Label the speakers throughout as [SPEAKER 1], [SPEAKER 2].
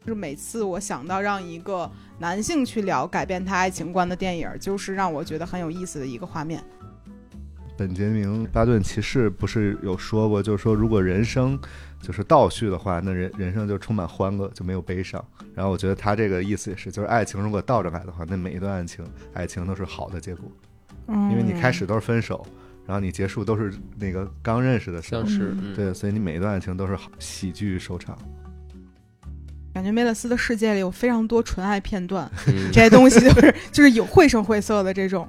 [SPEAKER 1] 就是每次我想到让一个男性去聊改变他爱情观的电影，就是让我觉得很有意思的一个画面。
[SPEAKER 2] 本杰明·巴顿骑士不是有说过，就是说如果人生就是倒叙的话，那人人生就充满欢乐，就没有悲伤。然后我觉得他这个意思也是，就是爱情如果倒着来的话，那每一段爱情爱情都是好的结果，
[SPEAKER 1] 嗯
[SPEAKER 2] 因为你开始都是分手，然后你结束都是那个刚认识的时候
[SPEAKER 3] 像，是嗯
[SPEAKER 2] 对，所以你每一段爱情都是好喜剧收场。
[SPEAKER 1] 感觉梅勒斯的世界里有非常多纯爱片 段，
[SPEAKER 3] 嗯
[SPEAKER 1] 这些东西就是就是有绘声绘色的这种。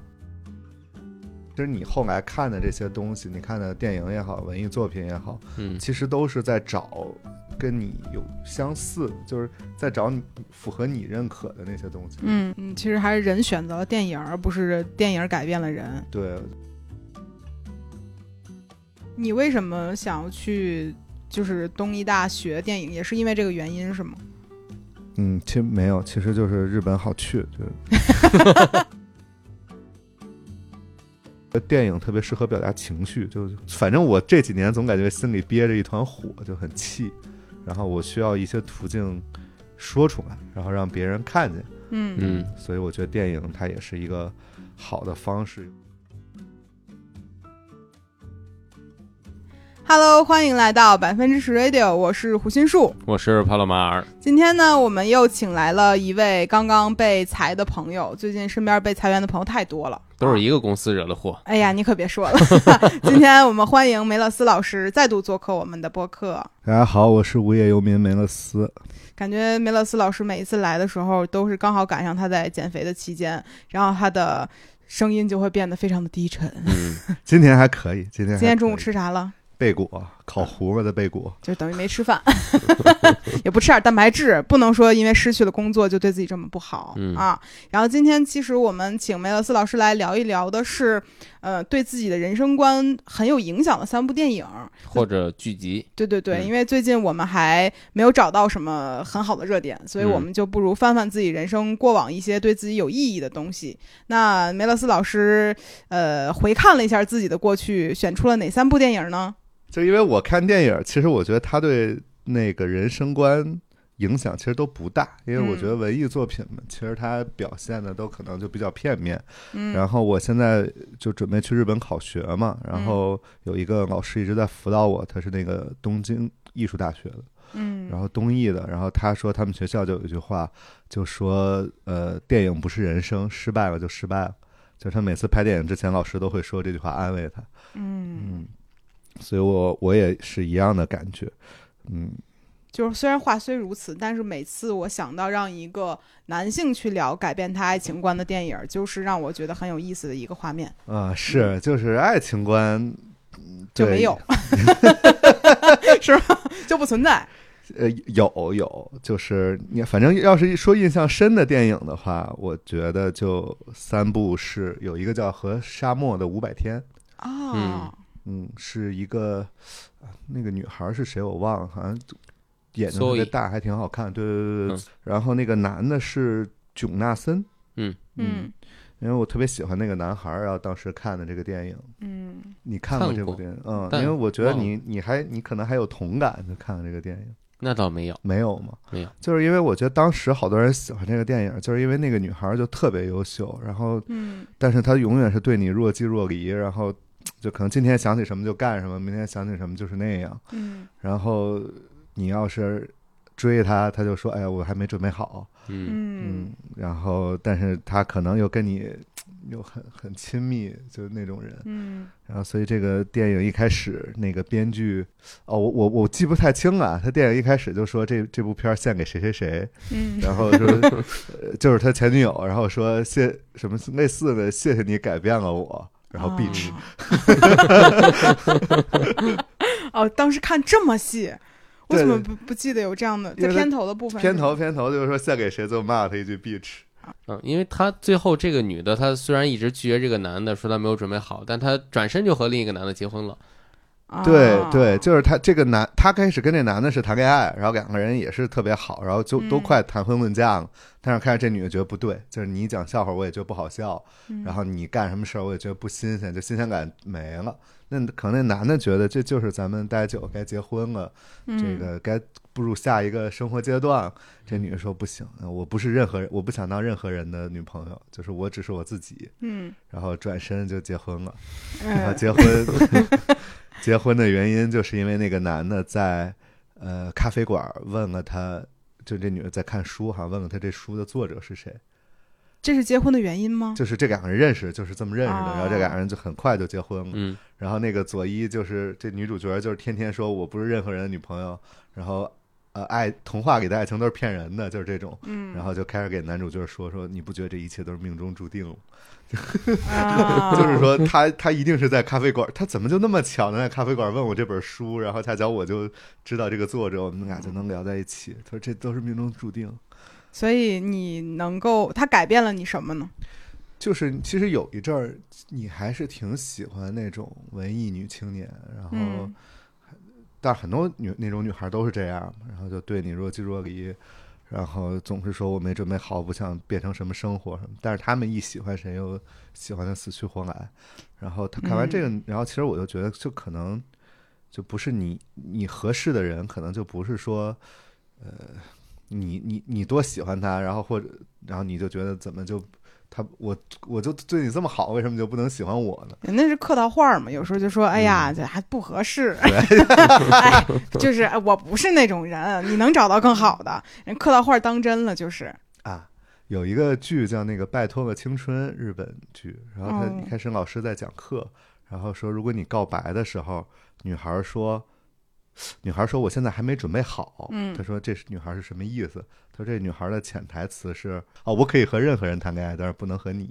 [SPEAKER 2] 其实你后来看的这些东西，你看的电影也好，文艺作品也好，
[SPEAKER 3] 嗯
[SPEAKER 2] 其实都是在找跟你有相似，就是在找你符合你认可的那些东西。
[SPEAKER 1] 嗯嗯，其实还是人选择了电影，而不是电影改变了人。
[SPEAKER 2] 对，
[SPEAKER 1] 你为什么想要去就是东医大学电影，也是因为这个原因是吗？
[SPEAKER 2] 嗯，其实没有，其实就是日本好去，就是。电影特别适合表达情绪，就是反正我这几年总感觉心里憋着一团火，就很气，然后我需要一些途径说出来，然后让别人看见。
[SPEAKER 1] 嗯
[SPEAKER 3] 嗯
[SPEAKER 2] 所以我觉得电影它也是一个好的方式。
[SPEAKER 1] ，Hello，欢迎来到百分之十 Radio，我是胡心树。
[SPEAKER 3] 我是帕洛马尔，
[SPEAKER 1] 今天呢，我们又请来了一位刚刚被裁的朋友。最近身边被裁员的朋友太多了，
[SPEAKER 3] 都是一个公司惹的祸。
[SPEAKER 1] 哎呀，你可别说了。今天我们欢迎梅勒斯老师再度做客我们的播客。
[SPEAKER 2] 大家好，我是无业游民梅勒斯。
[SPEAKER 1] 感觉梅勒斯老师每一次来的时候，都是刚好赶上他在减肥的期间，然后他的声音就会变得非常的低沉。
[SPEAKER 3] 嗯，
[SPEAKER 2] 今天还可以，今天还
[SPEAKER 1] 今天中午
[SPEAKER 2] 可以
[SPEAKER 1] 吃啥了？
[SPEAKER 2] 贝果，烤糊了的贝果。
[SPEAKER 1] 就等于没吃饭， 也不吃点蛋白质，不能说因为失去了工作就对自己这么不好、
[SPEAKER 3] 嗯
[SPEAKER 1] 啊。然后今天其实我们请梅勒斯老师来聊一聊的是，呃，对自己的人生观很有影响的三部电影。
[SPEAKER 3] 或者剧集，
[SPEAKER 1] 对对对，
[SPEAKER 3] 嗯
[SPEAKER 1] 因为最近我们还没有找到什么很好的热点，所
[SPEAKER 3] 嗯
[SPEAKER 1] 以我们就不如翻翻自己人生过往一些对自己有意义的东西。那梅勒斯老师，呃，回看了一下自己的过去，选出了哪三部电影呢？
[SPEAKER 2] 就因为我看电影，其实我觉得他对那个人生观影响其实都不大，因为我
[SPEAKER 1] 嗯
[SPEAKER 2] 觉得文艺作品嘛，其实它表现的都可能就比较片面。
[SPEAKER 1] 嗯
[SPEAKER 2] 然后我现在就准备去日本考学嘛，然
[SPEAKER 1] 嗯
[SPEAKER 2] 后有一个老师一直在辅导我，他是那个东京艺术大学的。
[SPEAKER 1] 嗯，
[SPEAKER 2] 然后东艺的，然后他说他们学校就有一句话，就说呃，电影不是人生，失败了就失败了。就是他每次拍电影之前，老师都会说这句话安慰他。
[SPEAKER 1] 嗯，
[SPEAKER 2] 嗯，所以我我也是一样的感觉。嗯，
[SPEAKER 1] 就是虽然话虽如此，但是每次我想到让一个男性去聊改变他爱情观的电影，就是让我觉得很有意思的一个画面，
[SPEAKER 2] 啊、是，就是爱情观嗯
[SPEAKER 1] 嗯就
[SPEAKER 2] 对
[SPEAKER 1] 没有，是吧？就不存在。
[SPEAKER 2] 呃，有有，就是你反正要是一说印象深的电影的话，我觉得就三部是有一个叫《和沙漠的五百天》，
[SPEAKER 1] 哦，
[SPEAKER 2] 嗯，是一个啊那个女孩儿是谁我忘了，好像眼睛特
[SPEAKER 3] 所
[SPEAKER 2] 别
[SPEAKER 3] 以
[SPEAKER 2] 大，还挺好看。对对对对对。
[SPEAKER 3] 嗯
[SPEAKER 2] 然后那个男的是囧纳森，
[SPEAKER 3] 嗯
[SPEAKER 1] 嗯
[SPEAKER 2] 因为我特别喜欢那个男孩儿，然后当时看的这个电影，
[SPEAKER 1] 嗯，
[SPEAKER 2] 你看过
[SPEAKER 3] 看
[SPEAKER 2] 这部
[SPEAKER 3] 过
[SPEAKER 2] 电影？嗯，因
[SPEAKER 3] 但
[SPEAKER 2] 为我觉得
[SPEAKER 3] 忘了
[SPEAKER 2] 你你还你可能还有同感，就看了这个电影。
[SPEAKER 3] 那倒没有。
[SPEAKER 2] 没有吗？
[SPEAKER 3] 没有，
[SPEAKER 2] 就是因为我觉得当时好多人喜欢这个电影，就是因为那个女孩儿就特别优秀，然后
[SPEAKER 1] 嗯
[SPEAKER 2] 但是她永远是对你若即若离，然后就可能今天想起什么就干什么，明天想起什么就是那样。
[SPEAKER 1] 嗯
[SPEAKER 2] 然后你要是追他，他就说：“哎呀，我还没准备好。
[SPEAKER 3] 嗯，
[SPEAKER 1] 嗯，”
[SPEAKER 2] 然后，但是他可能又跟你又很很亲密，就是那种人。
[SPEAKER 1] 嗯
[SPEAKER 2] 然后，所以这个电影一开始，那个编剧，哦，我我我记不太清了。他电影一开始就说这这部片儿献给谁谁谁，
[SPEAKER 1] 嗯
[SPEAKER 2] 然后就是呃就是他前女友，然后说谢什么类似的，谢谢你改变了我，然
[SPEAKER 1] 嗯
[SPEAKER 2] 后必吃。。
[SPEAKER 1] 哦， 哦当时看这么细，我怎么
[SPEAKER 2] 对
[SPEAKER 1] 不不记得有这样的？
[SPEAKER 2] 因
[SPEAKER 1] 在
[SPEAKER 2] 为它
[SPEAKER 1] 片头的部分是吗，
[SPEAKER 2] 片头片头就是说献给谁，就骂他一句 bitch。
[SPEAKER 3] 嗯，因为她最后这个女的，她虽然一直拒绝这个男的，说她没有准备好，但她转身就和另一个男的结婚了。
[SPEAKER 1] 啊
[SPEAKER 2] 对对，就是他这个男，他开始跟这男的是谈恋爱，然后两个人也是特别好，然后就都
[SPEAKER 1] 嗯
[SPEAKER 2] 快谈婚论嫁了。但是开始这女的觉得不对，就是你讲笑话我也觉得不好笑，
[SPEAKER 1] 嗯
[SPEAKER 2] 然后你干什么事儿我也觉得不新鲜，就新鲜感没了。那可能那男的觉得这就是咱们待久该结婚了，
[SPEAKER 1] 嗯
[SPEAKER 2] 这个该步入下一个生活阶段。这女的说不行，呃我不是任何人，我不想当任何人的女朋友，就是我只是我自己。
[SPEAKER 1] 嗯，
[SPEAKER 2] 然后转身就结婚了。
[SPEAKER 1] 嗯
[SPEAKER 2] 然后
[SPEAKER 1] 哎
[SPEAKER 2] 结婚结婚的原因就是因为那个男的在呃咖啡馆问了他，就这女的在看书哈，问了他这书的作者是谁，
[SPEAKER 1] 这是结婚的原因吗？
[SPEAKER 2] 就是这两个人认识，就是这么认识的，
[SPEAKER 1] 哦
[SPEAKER 2] 然后这两个人就很快就结婚了。
[SPEAKER 3] 嗯，
[SPEAKER 2] 然后那个佐伊就是这女主角，就是天天说我不是任何人的女朋友，然后呃爱童话里的爱情都是骗人的，就是这种。
[SPEAKER 1] 嗯，
[SPEAKER 2] 然后就开始给男主角说说你不觉得这一切都是命中注定吗？
[SPEAKER 1] 啊
[SPEAKER 2] 就是说他他一定是在咖啡馆，他怎么就那么巧呢？在咖啡馆问我这本书，然后恰巧我就知道这个作者，我们俩就能聊在一起。他说这都是命中注定，
[SPEAKER 1] 所以你能够，它改变了你什么呢？
[SPEAKER 2] 就是其实有一阵儿你还是挺喜欢那种文艺女青年，然后、
[SPEAKER 1] 嗯
[SPEAKER 2] 但很多女那种女孩都是这样，然后就对你若即若离。然后总是说我没准备好，不想变成什么生活什么，但是他们一喜欢谁又喜欢的死去活来。然后他看完这个，然后其实我就觉得，就可能就不是你你合适的人，可能就不是说，呃，你你你多喜欢他，然后或者然后你就觉得怎么就他我我就对你这么好，为什么就不能喜欢我呢？
[SPEAKER 1] 那是客套话儿嘛，有时候就说，哎呀，这还不合适， 哎，就是哎我不是那种人，你能找到更好的。人客套话儿当真了，就是，
[SPEAKER 2] 啊，有一个剧叫那个《拜托了青春》，日本剧，然后他
[SPEAKER 1] 哦
[SPEAKER 2] 一开始老师在讲课，然后说如果你告白的时候，女孩说。女孩说：“我现在还没准备好。”
[SPEAKER 1] 嗯
[SPEAKER 2] 他说：“这是女孩是什么意思？”他说：“这女孩的潜台词是：哦，我可以和任何人谈恋爱，但是不能和你。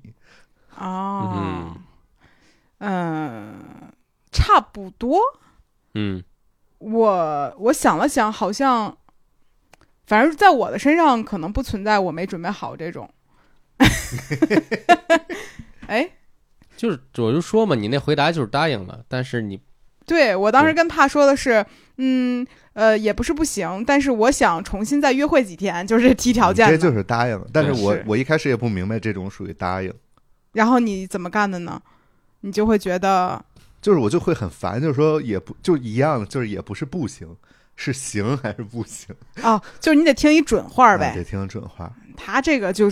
[SPEAKER 1] 哦
[SPEAKER 3] 嗯，
[SPEAKER 1] 嗯、差不多。
[SPEAKER 3] 嗯，
[SPEAKER 1] 我我想了想，好像，反正在我的身上可能不存在我没准备好这种。 哎，
[SPEAKER 3] 就是我就说嘛，你那回答就是答应了，但是你
[SPEAKER 1] 对我当时跟帕说的是，嗯，呃，也不是不行，但是我想重新再约会几天，就是这提条件
[SPEAKER 2] 这
[SPEAKER 1] 的。
[SPEAKER 2] 就是答应了。但是
[SPEAKER 3] 对
[SPEAKER 2] 我
[SPEAKER 1] 是
[SPEAKER 2] 我一开始也不明白这种属于答应，
[SPEAKER 1] 然后你怎么干的呢？你就会觉得，
[SPEAKER 2] 就是我就会很烦，就是说也不就一样的，就是也不是不行，是行还是不行？
[SPEAKER 1] 哦，就是你得听一准话儿
[SPEAKER 2] 啊
[SPEAKER 1] 呗。
[SPEAKER 2] 得听准话。
[SPEAKER 1] 他这个就。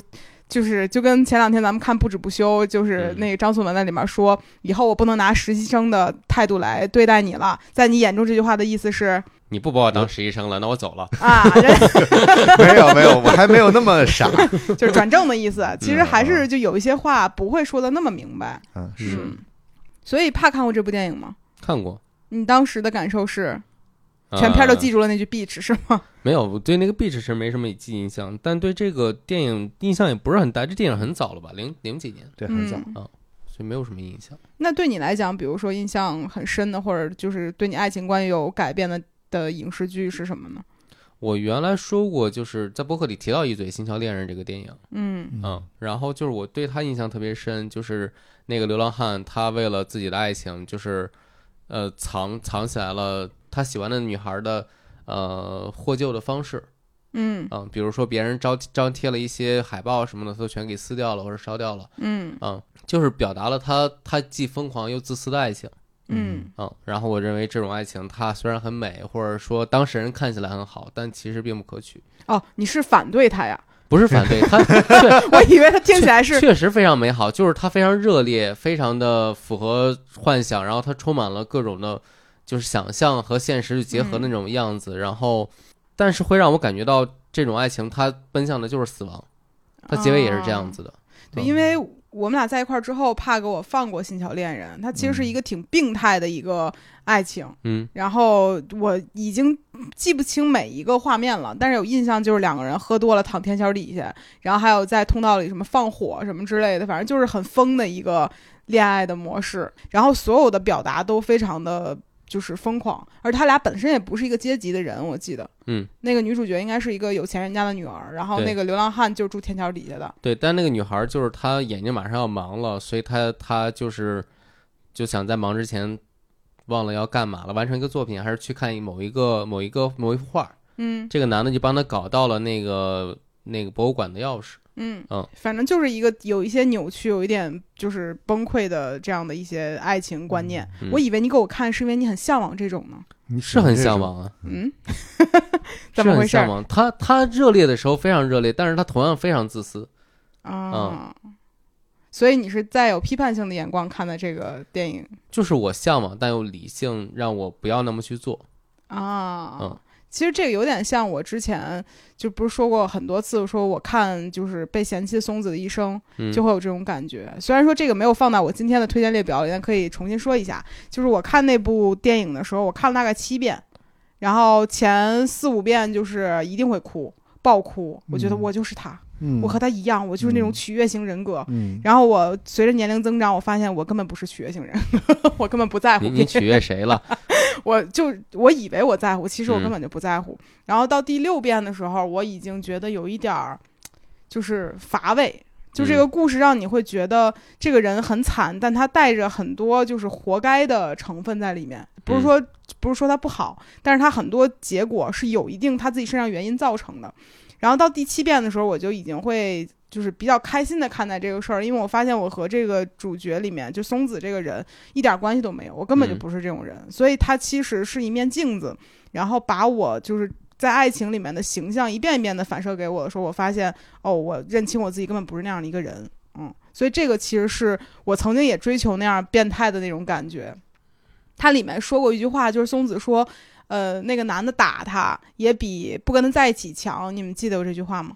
[SPEAKER 1] 就是就跟前两天咱们看《不止不休》，就是
[SPEAKER 3] 嗯
[SPEAKER 1] 那个张颂文在里面说，以后我不能拿实习生的态度来对待你了。在你眼中，这句话的意思是
[SPEAKER 3] 你不把我当实习生了，那我走了。
[SPEAKER 1] 啊， 人
[SPEAKER 2] 没有没有，我还没有那么傻。
[SPEAKER 1] 就是转正的意思。其实还是就有一些话不会说的那么明白。
[SPEAKER 2] 嗯，啊是
[SPEAKER 3] 是
[SPEAKER 1] 嗯，所以怕看过这部电影吗？
[SPEAKER 3] 看过，
[SPEAKER 1] 你当时的感受是，全片儿都
[SPEAKER 3] 呃
[SPEAKER 1] 记住了那句 “beach” 是吗？
[SPEAKER 3] 没有，我对那个 beach 是没什么记忆印象，但对这个电影印象也不是很大。这电影很早了吧，零零几年，
[SPEAKER 2] 对，很早。
[SPEAKER 1] 嗯，
[SPEAKER 3] 所以没有什么印象。
[SPEAKER 1] 那对你来讲，比如说印象很深的，或者就是对你爱情观有改变的的影视剧是什么呢？
[SPEAKER 3] 我原来说过，就是在博客里提到一嘴《新桥恋人》这个电影，
[SPEAKER 1] 嗯
[SPEAKER 3] 嗯，然后就是我对他印象特别深，就是那个流浪汉，他为了自己的爱情，就是呃藏藏起来了他喜欢的女孩的呃获救的方式，
[SPEAKER 1] 嗯
[SPEAKER 3] 嗯，比如说别人招张贴了一些海报什么的，他都全给撕掉了或者烧掉了，
[SPEAKER 1] 嗯
[SPEAKER 3] 嗯，就是表达了他他既疯狂又自私的爱情。
[SPEAKER 1] 嗯
[SPEAKER 3] 嗯，然后我认为这种爱情，它虽然很美，或者说当事人看起来很好，但其实并不可取。
[SPEAKER 1] 哦，你是反对他呀？
[SPEAKER 3] 不是反对它，对，
[SPEAKER 1] 我以为他听起来是
[SPEAKER 3] 确实非常美好，就是它非常热烈，非常的符合幻想，然后它充满了各种的，就是想象和现实去结合的那种样子。然后，但是会让我感觉到这种爱情，它奔向的就是死亡，它结尾也是这样子的。
[SPEAKER 1] 啊对，
[SPEAKER 3] 嗯
[SPEAKER 1] 因为我们俩在一块儿之后，怕给我放过《新桥恋人》，它其实是一个挺病态的一个爱情。
[SPEAKER 3] 嗯
[SPEAKER 1] 然后我已经记不清每一个画面了，但是有印象就是两个人喝多了躺天桥底下，然后还有在通道里什么放火什么之类的，反正就是很疯的一个恋爱的模式。然后所有的表达都非常的就是疯狂，而他俩本身也不是一个阶级的人，我记得。
[SPEAKER 3] 嗯，
[SPEAKER 1] 那个女主角应该是一个有钱人家的女儿，然后
[SPEAKER 3] 对
[SPEAKER 1] 那个流浪汉就住天桥底下的。
[SPEAKER 3] 对，但那个女孩就是她眼睛马上要盲了，所以她她就是就想在盲之前忘了要干嘛了，完成一个作品，还是去看某一个某一个某一幅画儿。
[SPEAKER 1] 嗯
[SPEAKER 3] 这个男的就帮她搞到了那个那个博物馆的钥匙。
[SPEAKER 1] 嗯
[SPEAKER 3] 嗯
[SPEAKER 1] 反正就是一个有一些扭曲，有一点就是崩溃的这样的一些爱情观念。
[SPEAKER 3] 嗯
[SPEAKER 1] 我以为你给我看是因为你很向往这种呢，
[SPEAKER 2] 你
[SPEAKER 3] 是很
[SPEAKER 2] 这种
[SPEAKER 3] 向，往啊，
[SPEAKER 1] 嗯，
[SPEAKER 3] 是
[SPEAKER 1] 怎么回
[SPEAKER 3] 很
[SPEAKER 1] 事
[SPEAKER 3] 向
[SPEAKER 1] 儿
[SPEAKER 3] 往。他他热烈的时候非常热烈，但是他同样非常自私。
[SPEAKER 1] 啊？
[SPEAKER 3] 嗯
[SPEAKER 1] 所以你是带有批判性的眼光看的这个电影
[SPEAKER 3] 就是我向往，但又理性让我不要那么去做。
[SPEAKER 1] 啊？
[SPEAKER 3] 嗯
[SPEAKER 1] 其实这个有点像我之前就不是说过很多次，说我看就是被嫌弃松子的一生，
[SPEAKER 3] 嗯，
[SPEAKER 1] 就会有这种感觉。虽然说这个没有放到我今天的推荐列表里，但可以重新说一下。就是我看那部电影的时候，我看了大概七遍，然后前四五遍就是一定会哭，爆哭。我觉得
[SPEAKER 2] 嗯
[SPEAKER 1] 我就是他，
[SPEAKER 2] 嗯，
[SPEAKER 1] 我和他一样，我就是那种
[SPEAKER 2] 嗯
[SPEAKER 1] 取悦型人格。
[SPEAKER 2] 嗯，
[SPEAKER 1] 然后我随着年龄增长，我发现我根本不是取悦型人格， 我根本不在乎
[SPEAKER 3] 你
[SPEAKER 1] 别
[SPEAKER 3] 你
[SPEAKER 1] 人。
[SPEAKER 3] 取悦谁了？
[SPEAKER 1] 我就我以为我在乎，其实我
[SPEAKER 3] 嗯
[SPEAKER 1] 根本就不在乎。然后到第六遍的时候，我已经觉得有一点儿就是乏味，就这个故事让你会觉得这个人很惨，但他带着很多就是活该的成分在里面。不是说、不是说他不好，但是他很多结果是有一定他自己身上原因造成的。然后到第七遍的时候，我就已经会就是比较开心的看待这个事儿，因为我发现我和这个主角里面就松子这个人一点关系都没有，我根本就
[SPEAKER 3] 嗯
[SPEAKER 1] 不是这种人，所以他其实是一面镜子，然后把我就是。在爱情里面的形象一遍一遍的反射给我的时候，我发现哦，我认清我自己根本不是那样的一个人，嗯，所以这个其实是我曾经也追求那样变态的那种感觉。它里面说过一句话，就是松子说，呃，那个男的打她也比不跟他在一起强。你们记得有这句话吗？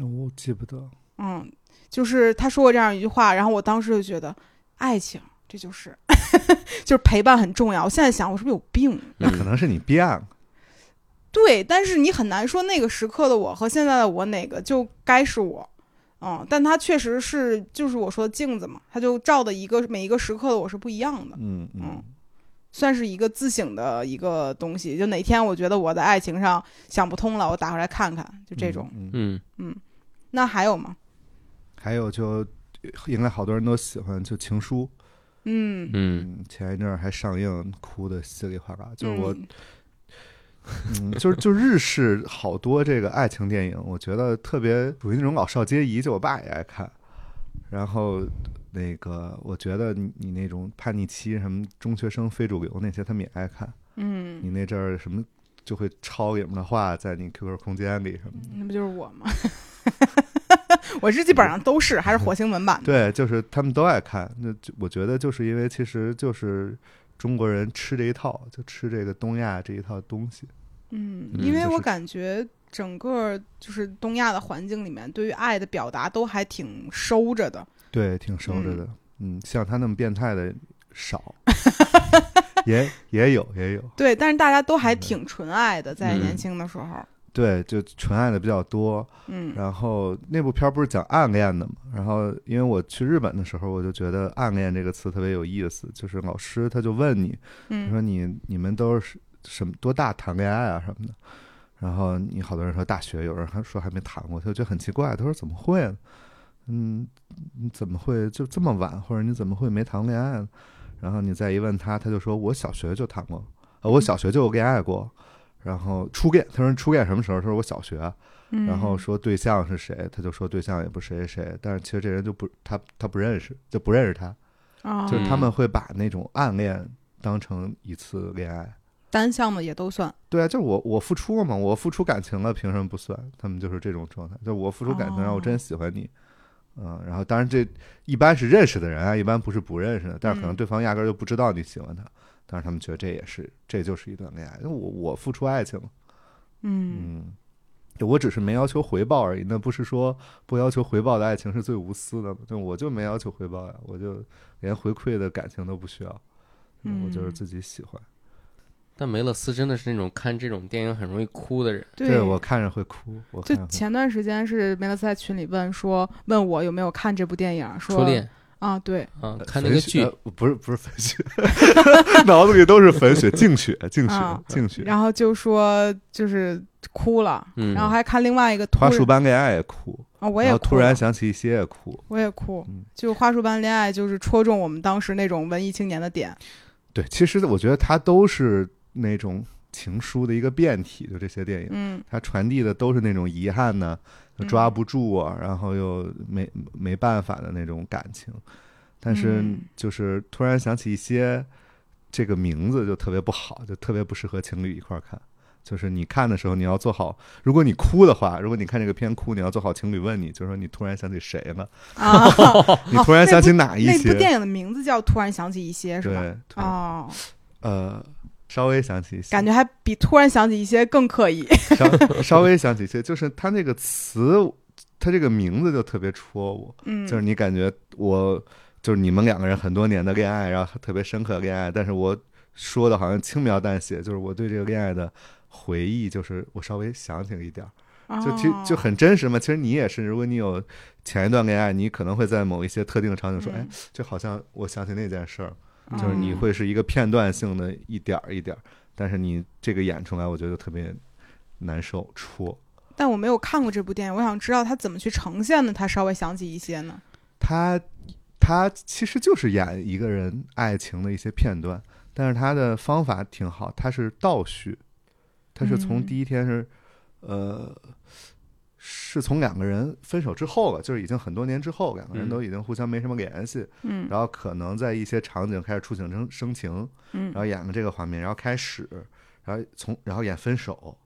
[SPEAKER 2] 我记不得，
[SPEAKER 1] 嗯，就是他说过这样一句话，然后我当时就觉得，爱情这就是 就是陪伴很重要。我现在想，我是不是有病？
[SPEAKER 2] 那可能是你变了，
[SPEAKER 1] 对，但是你很难说那个时刻的我和现在的我哪个就该是我。嗯，但它确实是，就是我说的镜子嘛，它就照的一个每一个时刻的我是不一样的，
[SPEAKER 2] 嗯
[SPEAKER 1] 嗯
[SPEAKER 2] 嗯，
[SPEAKER 1] 算是一个自省的一个东西。就哪天我觉得我在爱情上想不通了，我打回来看看，就这种。
[SPEAKER 2] 嗯，嗯
[SPEAKER 3] 嗯，
[SPEAKER 1] 那还有吗？
[SPEAKER 2] 还有就应该好多人都喜欢，就《情书》，
[SPEAKER 1] 嗯，
[SPEAKER 3] 嗯，
[SPEAKER 2] 嗯，前一阵儿还上映，哭的稀里哗啦，就是
[SPEAKER 1] 嗯
[SPEAKER 2] 我嗯，就是就日式好多这个爱情电影，我觉得特别属于那种老少皆宜，就我爸也爱看。然后那个，我觉得你你那种叛逆期什么中学生非主流那些，他们也爱看。
[SPEAKER 1] 嗯，
[SPEAKER 2] 你那阵儿什么就会抄你们的话，在你 QQ 空间里什么的。
[SPEAKER 1] 那不就是我 吗？我是基本上都是，还是火星文版的。
[SPEAKER 2] 对，就是他们都爱看。那就我觉得就是因为其实就是中国人吃这一套，就吃这个东亚这一套东西。
[SPEAKER 1] 嗯，
[SPEAKER 3] 嗯
[SPEAKER 1] 因为
[SPEAKER 2] 就
[SPEAKER 1] 我
[SPEAKER 2] 是
[SPEAKER 1] 感觉整个就是东亚的环境里面，对于爱的表达都还挺收着的。
[SPEAKER 2] 对，挺收着的。嗯，像他那么变态的少，也也有也有。
[SPEAKER 1] 对，但是大家都还
[SPEAKER 2] 嗯
[SPEAKER 1] 挺纯爱的，在年
[SPEAKER 3] 嗯
[SPEAKER 1] 轻的时候。
[SPEAKER 2] 对，就纯爱的比较多。
[SPEAKER 1] 嗯
[SPEAKER 2] 然后那部片儿不是讲暗恋的嘛？然后因为我去日本的时候，我就觉得“暗恋”这个词特别有意思。就是老师他就问你，他说
[SPEAKER 1] 嗯
[SPEAKER 2] 你你们都是什么多大谈恋爱啊什么的。然后你好多人说大学，有人还说还没谈过，他就觉得很奇怪。他说怎么会呢？嗯，你怎么会就这么晚，或者你怎么会没谈恋爱呢？然后你再一问他，他就说我小学就谈过，呃，我小学就有恋爱过。然后初恋，他说初恋什么时候？他说我小学。
[SPEAKER 1] 嗯，
[SPEAKER 2] 然后说对象是谁，他就说对象也不是谁谁谁，但是其实这人就不他他不认识，就不认识他，
[SPEAKER 1] 啊，
[SPEAKER 2] 就是他们会把那种暗恋当成一次恋爱。
[SPEAKER 1] 单向的也都算。
[SPEAKER 2] 对啊，就是我我付出了嘛，我付出感情了，凭什么不算？他们就是这种状态，就是我付出感情，
[SPEAKER 1] 哦
[SPEAKER 2] 然后我真喜欢你，嗯，然后当然这一般是认识的人啊，一般不是不认识的，但是可能
[SPEAKER 1] 嗯
[SPEAKER 2] 对方压根儿就不知道你喜欢他，但是他们觉得这也是这就是一段恋爱，因为我我付出爱情了，
[SPEAKER 1] 嗯
[SPEAKER 2] 嗯，就我只是没要求回报而已，那不是说不要求回报的爱情是最无私的吗？就我就没要求回报呀，我就连回馈的感情都不需要，我就是
[SPEAKER 1] 嗯
[SPEAKER 2] 自己喜欢，
[SPEAKER 3] 但梅勒斯真的是那种看这种电影很容易哭的人。
[SPEAKER 1] 对
[SPEAKER 2] 对我看着会哭，我看
[SPEAKER 1] 就
[SPEAKER 2] 着会哭
[SPEAKER 1] 前段时间是梅勒斯在群里问说，问我有没有看这部电影，说
[SPEAKER 3] 初恋
[SPEAKER 1] 啊，对，
[SPEAKER 3] 啊，
[SPEAKER 2] 呃
[SPEAKER 3] 看那
[SPEAKER 2] 粉
[SPEAKER 3] 个
[SPEAKER 2] 雪
[SPEAKER 3] 剧，
[SPEAKER 2] 呃不是不是粉雪， 脑子里都是粉雪，净雪净雪
[SPEAKER 1] 啊
[SPEAKER 2] 净雪，
[SPEAKER 1] 然后就说就是哭了，
[SPEAKER 3] 嗯
[SPEAKER 1] 然后还看另外一个突
[SPEAKER 2] 花
[SPEAKER 1] 然
[SPEAKER 2] 束般恋爱也哭，
[SPEAKER 1] 啊，我
[SPEAKER 2] 然
[SPEAKER 1] 也
[SPEAKER 2] 后突
[SPEAKER 1] 哭了
[SPEAKER 2] 然想起一些也哭，
[SPEAKER 1] 我也哭
[SPEAKER 2] 嗯，
[SPEAKER 1] 就花束般恋爱就是戳中我们当时那种文艺青年的点。
[SPEAKER 2] 对，其实我觉得他都是那种情书的一个变体，就这些电影。
[SPEAKER 1] 嗯
[SPEAKER 2] 它传递的都是那种遗憾呢、就
[SPEAKER 1] 嗯
[SPEAKER 2] 抓不住啊，然后又没没办法的那种感情。但是
[SPEAKER 1] 嗯
[SPEAKER 2] 就是突然想起一些，这个名字就特别不好，就特别不适合情侣一块儿看。就是你看的时候，你要做好，如果你哭的话，如果你看这个片哭，你要做好情侣问你，就是说你突然想起谁 了，
[SPEAKER 1] 啊，
[SPEAKER 2] 你突然想起哪 一
[SPEAKER 1] 那部
[SPEAKER 2] 些？
[SPEAKER 1] 电影的名字叫《突然想起一些》是吧？
[SPEAKER 2] 对，突然
[SPEAKER 1] 哦，
[SPEAKER 2] 呃，稍微想起一些，
[SPEAKER 1] 感觉还比《突然想起一些》更刻 意。
[SPEAKER 2] 稍 稍微想起一些，就是它那个词，它这个名字就特别戳我。
[SPEAKER 1] 嗯，
[SPEAKER 2] 就是你感觉我就是你们两个人很多年的恋爱，然后特别深刻的恋爱，但是我说的好像轻描淡写，就是我对这个恋爱的回忆，就是我稍微想起了一点儿，
[SPEAKER 1] 哦
[SPEAKER 2] 就其就很真实嘛。其实你也是，如果你有前一段恋爱，你可能会在某一些特定的场景说，
[SPEAKER 1] 嗯
[SPEAKER 2] 哎，这好像我想起那件事儿，
[SPEAKER 1] 哦
[SPEAKER 2] 就是你
[SPEAKER 3] 嗯
[SPEAKER 2] 会是一个片段性的一点儿一点儿，但是你这个演出来，我觉得特别难受戳。
[SPEAKER 1] 但我没有看过这部电影，我想知道他怎么去呈现的。他稍微想起一些呢，
[SPEAKER 2] 他他其实就是演一个人爱情的一些片段，但是他的方法挺好，他是倒叙，他是从
[SPEAKER 1] 嗯
[SPEAKER 2] 第一天是，呃，是从两个人分手之后了，就是已经很多年之后，两个人
[SPEAKER 3] 嗯
[SPEAKER 2] 都已经互相没什么联系，
[SPEAKER 1] 嗯
[SPEAKER 2] 然后可能在一些场景开始触景生生情，
[SPEAKER 1] 嗯
[SPEAKER 2] 然后演了这个画面，然后开始，然后从然后演分手，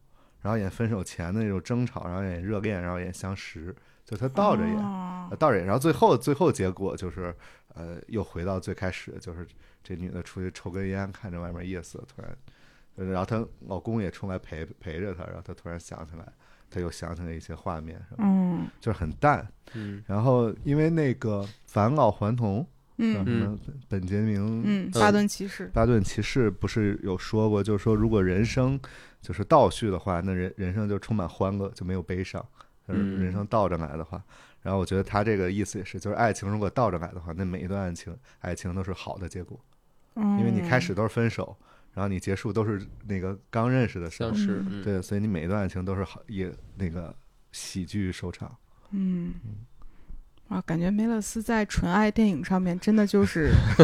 [SPEAKER 2] 然后演分手前的那种争吵，然后演热恋，然后演相识，就他倒着演。
[SPEAKER 1] 哦
[SPEAKER 2] 呃倒也，然后最后最后结果就是，呃，又回到最开始，就是这女的出去抽根烟，看着外面夜色，突然，呃然后她老公也冲来陪陪着她，然后她突然想起来，她又想起来一些画面什么，
[SPEAKER 1] 嗯
[SPEAKER 2] 就是很淡。
[SPEAKER 3] 嗯，
[SPEAKER 2] 然后因为那个返老还童，叫
[SPEAKER 1] 嗯
[SPEAKER 2] 什么本杰明
[SPEAKER 1] 嗯，巴顿骑士，
[SPEAKER 2] 巴顿骑士不是有说过，就是说如果人生就是倒叙的话，那人人生就充满欢乐，就没有悲伤。就是
[SPEAKER 3] 嗯
[SPEAKER 2] 人生倒着来的话，然后我觉得他这个意思也是，就是爱情如果倒着来的话，那每一段爱情爱情都是好的结果，因
[SPEAKER 1] 因
[SPEAKER 2] 为你开
[SPEAKER 3] 嗯
[SPEAKER 2] 始都是分手，然后你结束都是那个刚认识的时候
[SPEAKER 3] 像，是嗯
[SPEAKER 2] 对，所以你每一段爱情都是好也那个喜剧收场。
[SPEAKER 1] 嗯。啊，感觉梅勒斯在纯爱电影上面真的就是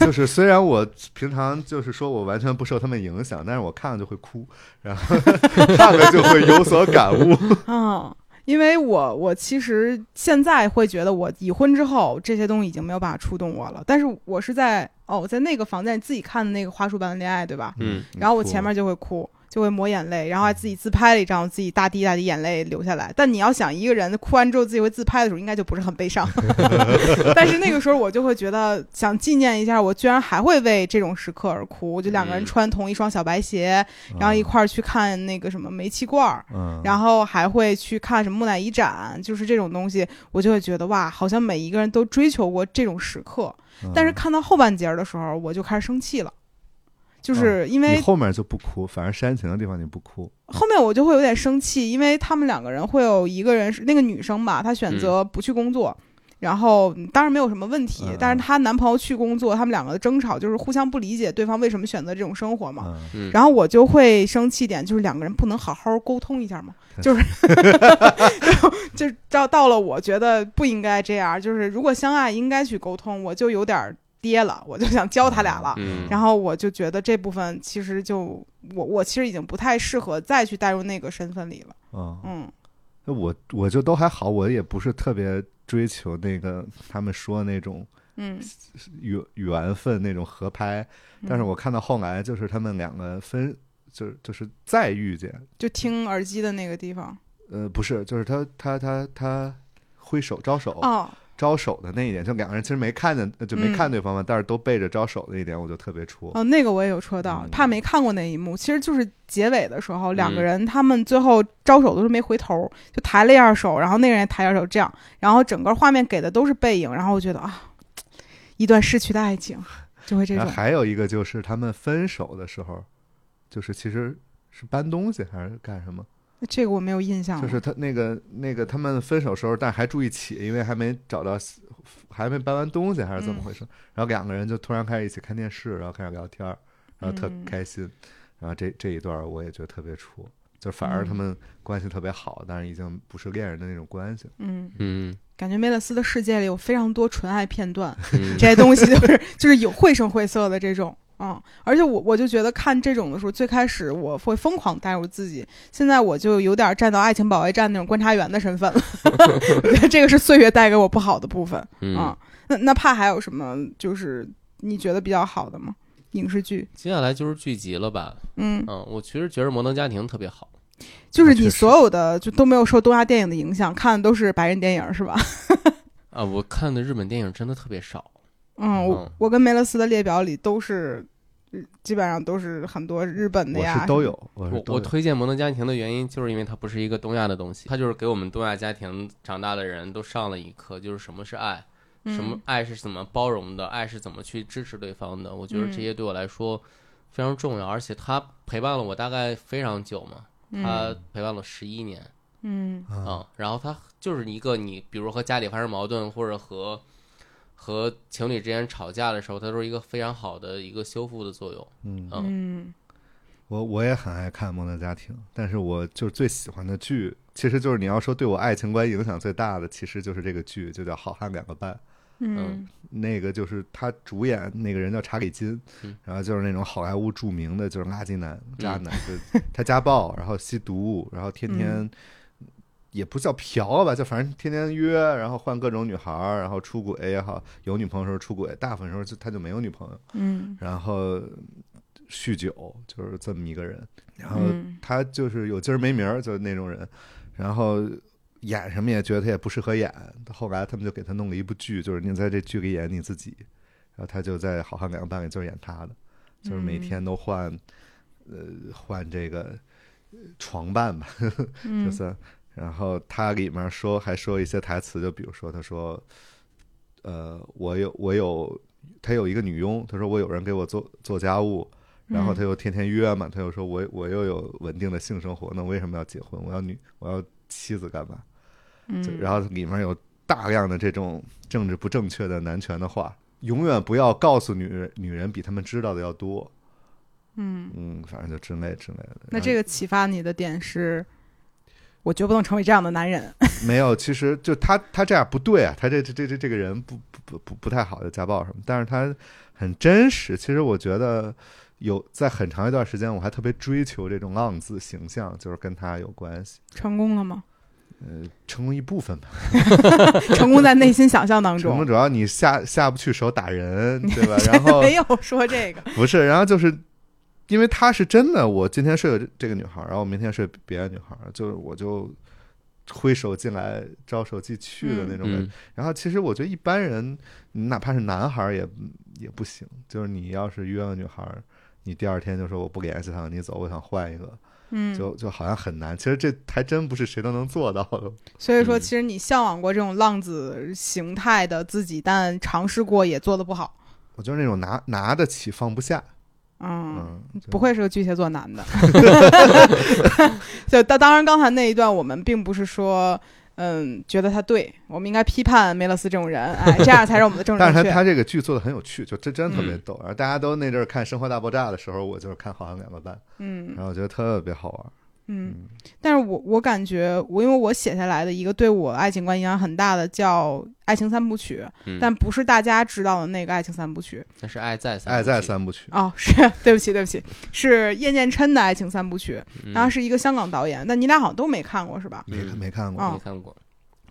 [SPEAKER 2] 就是虽然我平常就是说我完全不受他们影响，但是我看了就会哭，然后 看了就会有所感悟。
[SPEAKER 1] 嗯，因为我我其实现在会觉得我已婚之后这些东西已经没有办法触动我了，但是我是在哦我在那个房间自己看的那个花束般的恋爱，对吧？
[SPEAKER 3] 嗯
[SPEAKER 1] 然后我前面就会哭，就会抹眼泪，然后
[SPEAKER 2] 嗯
[SPEAKER 1] 还自己自拍了一张，我自己大滴大滴眼泪流下来。但你要想一个人哭完之后自己会自拍的时候，应该就不是很悲 伤。 但是那个时候我就会觉得想纪念一下，我居然还会为这种时刻而哭。就两个人
[SPEAKER 3] 嗯
[SPEAKER 1] 穿同一双小白鞋，然后一块儿去看那个什么煤气罐儿。
[SPEAKER 2] 嗯，
[SPEAKER 1] 然后还会去看什么木乃伊展，就是这种东西，我就会觉得哇，好像每一个人都追求过这种时刻。
[SPEAKER 2] 嗯
[SPEAKER 1] 但是看到后半截儿的时候，我就开始生气了，就是因为
[SPEAKER 2] 嗯你后面就不哭，反正煽情的地方你不哭。
[SPEAKER 1] 后面我就会有点生气，因为他们两个人会有一个人是那个女生吧，她选择不去工作。然后嗯当然没有什么问题，
[SPEAKER 2] 嗯
[SPEAKER 1] 但是她男朋友去工作，他们两个的争吵就是互相不理解对方为什么选择这种生活嘛。
[SPEAKER 2] 嗯，
[SPEAKER 3] 嗯，
[SPEAKER 1] 然后我就会生气一点，就是两个人不能好好沟通一下 嘛，就是 就就到到了我觉得不应该这样，就是如果相爱应该去沟通，我就有点儿跌了，我就想教他俩了。
[SPEAKER 3] 嗯，
[SPEAKER 1] 然后我就觉得这部分其实就我我其实已经不太适合再去带入那个身份里了，
[SPEAKER 2] 嗯，
[SPEAKER 1] 嗯
[SPEAKER 2] 那我我就都还好，我也不是特别追求那个他们说那种
[SPEAKER 1] 嗯，
[SPEAKER 2] 缘缘分那种合拍，但是我看到后来就是他们两个分，就是就是再遇见，
[SPEAKER 1] 就听耳机的那个地方
[SPEAKER 2] 呃，不是，就是他他他他挥手招手、
[SPEAKER 1] 哦，
[SPEAKER 2] 招手的那一点，就两个人其实没看见，呃就没
[SPEAKER 1] 嗯
[SPEAKER 2] 看对方嘛，但是都背着招手那一点，我就特别戳。
[SPEAKER 1] 哦，那个我也有戳到
[SPEAKER 2] 嗯，
[SPEAKER 1] 怕没看过那一幕，其实就是结尾的时候，两个
[SPEAKER 3] 嗯
[SPEAKER 1] 人他们最后招手都是没回头，就抬了一下手，然后那个人也抬一下手，这样，然后整个画面给的都是背影，然后我觉得啊，一段逝去的爱情就会这
[SPEAKER 2] 然
[SPEAKER 1] 种
[SPEAKER 2] 后，还有一个就是他们分手的时候，就是其实是搬东西还是干什么？
[SPEAKER 1] 这个我没有印象了，
[SPEAKER 2] 就是他那个那个他们分手时候，但还住一起，因为还没找到，还没搬完东西还是怎
[SPEAKER 1] 嗯
[SPEAKER 2] 么回事？然后两个人就突然开始一起看电视，然后开始聊天儿，然后特
[SPEAKER 1] 嗯
[SPEAKER 2] 开心。然后这这一段儿我也觉得特别戳，就反而他
[SPEAKER 1] 嗯
[SPEAKER 2] 们关系特别好，但是已经不是恋人的那种关系。
[SPEAKER 1] 嗯，
[SPEAKER 3] 嗯
[SPEAKER 1] 感觉梅勒斯的世界里有非常多纯爱片段，
[SPEAKER 3] 嗯
[SPEAKER 1] 这些东西就是就是有绘声绘色的这种， 嗯，而且我我就觉得看这种的时候，最开始我会疯狂带入自己，现在我就有点站到爱情保卫战那种观察员的身份 了。我觉得这个是岁月带给我不好的部分。
[SPEAKER 3] 嗯
[SPEAKER 1] 嗯，，那那怕还有什么就是你觉得比较好的吗？影视剧，
[SPEAKER 3] 接下来就是剧集了吧？
[SPEAKER 1] 嗯，
[SPEAKER 3] 嗯，我其实觉得《摩登家庭》特别好。
[SPEAKER 1] 就是
[SPEAKER 2] 确
[SPEAKER 1] 你
[SPEAKER 2] 实
[SPEAKER 1] 所有的就都没有受东亚电影的影响，看的都是白人电影是吧？
[SPEAKER 3] 啊，我看的日本电影真的特别少，
[SPEAKER 1] 嗯，我
[SPEAKER 3] 嗯
[SPEAKER 1] 我跟梅勒斯的列表里都是，嗯基本上都是很多日本的
[SPEAKER 2] 我
[SPEAKER 1] 呀，
[SPEAKER 2] 是都有，我是
[SPEAKER 3] 我
[SPEAKER 2] 都
[SPEAKER 3] 我
[SPEAKER 2] 有。
[SPEAKER 3] 推荐《摩登家庭》的原因，就是因为它不是一个东亚的东西，它就是给我们东亚家庭长大的人都上了一课，就是什么是爱，
[SPEAKER 1] 嗯
[SPEAKER 3] 什么爱是怎么包容的，爱是怎么去支持对方的。我觉得
[SPEAKER 1] 嗯
[SPEAKER 3] 这些对我来说非常重要，而且它陪伴了我大概非常久嘛，
[SPEAKER 1] 嗯
[SPEAKER 3] 它陪伴了十一年
[SPEAKER 1] 嗯
[SPEAKER 3] 啊、
[SPEAKER 2] 啊，
[SPEAKER 3] 然后它就是一个你，比如和家里发生矛盾，或者和和情侣之间吵架的时候，它都是一个非常好的一个修复的作用。
[SPEAKER 2] 嗯，
[SPEAKER 3] 嗯
[SPEAKER 1] 嗯
[SPEAKER 2] 我我也很爱看《摩登家庭》，但是我就是最喜欢的剧，其实就是你要说对我爱情观影响最大的，其实就是这个剧，就叫《好汉两个半》。
[SPEAKER 1] 嗯
[SPEAKER 2] 那个就是他主演那个人叫查理金，
[SPEAKER 3] 嗯
[SPEAKER 2] 然后就是那种好莱坞著名的就是垃圾男、渣男，就是他家暴，然后吸毒，然后天天、也不叫嫖吧，就反正天天约，然后换各种女孩儿，然后出轨也好，有女朋友的时候出轨，大部分时候就他就没有女朋友，
[SPEAKER 1] 嗯
[SPEAKER 2] 然后酗酒，就是这么一个人，然后
[SPEAKER 1] 嗯
[SPEAKER 2] 他就是有今儿没名儿，就是那种人，然后演什么也觉得他也不适合演。后来他们就给他弄了一部剧，就是你在这剧里演你自己，然后他就在《好汉两个半》里就是演他的，就是每天都换，呃，换这个呃床伴吧，就
[SPEAKER 1] 嗯
[SPEAKER 2] 算。然后他里面说还说一些台词，就比如说他说，呃，我有我有，他有一个女佣，他说我有人给我做做家务，
[SPEAKER 1] 嗯
[SPEAKER 2] 然后他又天天约嘛，他又说我我又有稳定的性生活，那为什么要结婚？我要女我要妻子干嘛？就
[SPEAKER 1] 嗯
[SPEAKER 2] 然后里面有大量的这种政治不正确的男权的话，永远不要告诉女人女人比他们知道的要多，
[SPEAKER 1] 嗯，
[SPEAKER 2] 嗯，反正就之类之类的。
[SPEAKER 1] 那
[SPEAKER 2] 然后
[SPEAKER 1] 这个启发你的点是，我绝不能成为这样的男人。
[SPEAKER 2] 没有，其实就他他这样不对啊，他这这这这这个人不不不不不太好的家暴什么，但是他很真实。其实我觉得有在很长一段时间，我还特别追求这种浪子形象，就是跟他有关系，
[SPEAKER 1] 成功了吗？
[SPEAKER 2] 呃，成功一部分吧。
[SPEAKER 1] 成功在内心想象当
[SPEAKER 2] 成功
[SPEAKER 1] 中。
[SPEAKER 2] 主要你下下不去手 打人，对吧？然后
[SPEAKER 1] 没有说这 个，
[SPEAKER 2] 不是，然后就是因为她是真的，我今天睡了这个女孩儿，然后我明天睡别的女孩儿，就是我就挥手进来，招手即去的那种感觉。
[SPEAKER 3] 嗯，
[SPEAKER 2] 然后其实我觉得一般人，哪怕是男孩儿也也不行，就是你要是约了女孩儿，你第二天就说我不联系她了，你走，我想换一个，
[SPEAKER 1] 嗯，
[SPEAKER 2] 就就好像很难。其实这还真不是谁都能做到的。
[SPEAKER 1] 所以说，
[SPEAKER 3] 嗯
[SPEAKER 1] 其实你向往过这种浪子形态的自己，但尝试过也做的不好。
[SPEAKER 2] 我就是那种拿拿得起放不下，
[SPEAKER 1] 嗯，
[SPEAKER 2] 嗯，就
[SPEAKER 1] 不愧是个巨蟹座男的。 就当当然，刚才那一段我们并不是说，嗯，觉得他对，我们应该批判梅勒斯这种人，哎， 这样才是我们的政治
[SPEAKER 2] 但是
[SPEAKER 1] 正
[SPEAKER 2] 他
[SPEAKER 1] 确。
[SPEAKER 2] 他这个剧做的很有趣，就真真特别
[SPEAKER 3] 嗯
[SPEAKER 2] 逗。然后大家都那阵儿看《生活大爆炸》的时候，我就是看《好像两个半》，
[SPEAKER 1] 嗯
[SPEAKER 2] 然后我觉得特别好玩。
[SPEAKER 1] 嗯，但是我我感觉我因为我写下来的一个对我爱情观影响很大的叫《爱情三部曲》，
[SPEAKER 3] 嗯
[SPEAKER 1] 但不是大家知道的那个《爱情三部曲》。
[SPEAKER 3] 但是爱在三部
[SPEAKER 2] 爱在
[SPEAKER 3] 曲，
[SPEAKER 2] 三部曲，
[SPEAKER 1] 哦，是 对不起，对不起，是叶念琛的《爱情三部曲》，然后
[SPEAKER 3] 嗯，
[SPEAKER 1] 是一个香港导演，但你俩好像都没看过是吧？
[SPEAKER 2] 没
[SPEAKER 3] 嗯
[SPEAKER 2] 没看过。
[SPEAKER 1] 哦
[SPEAKER 3] 没看过。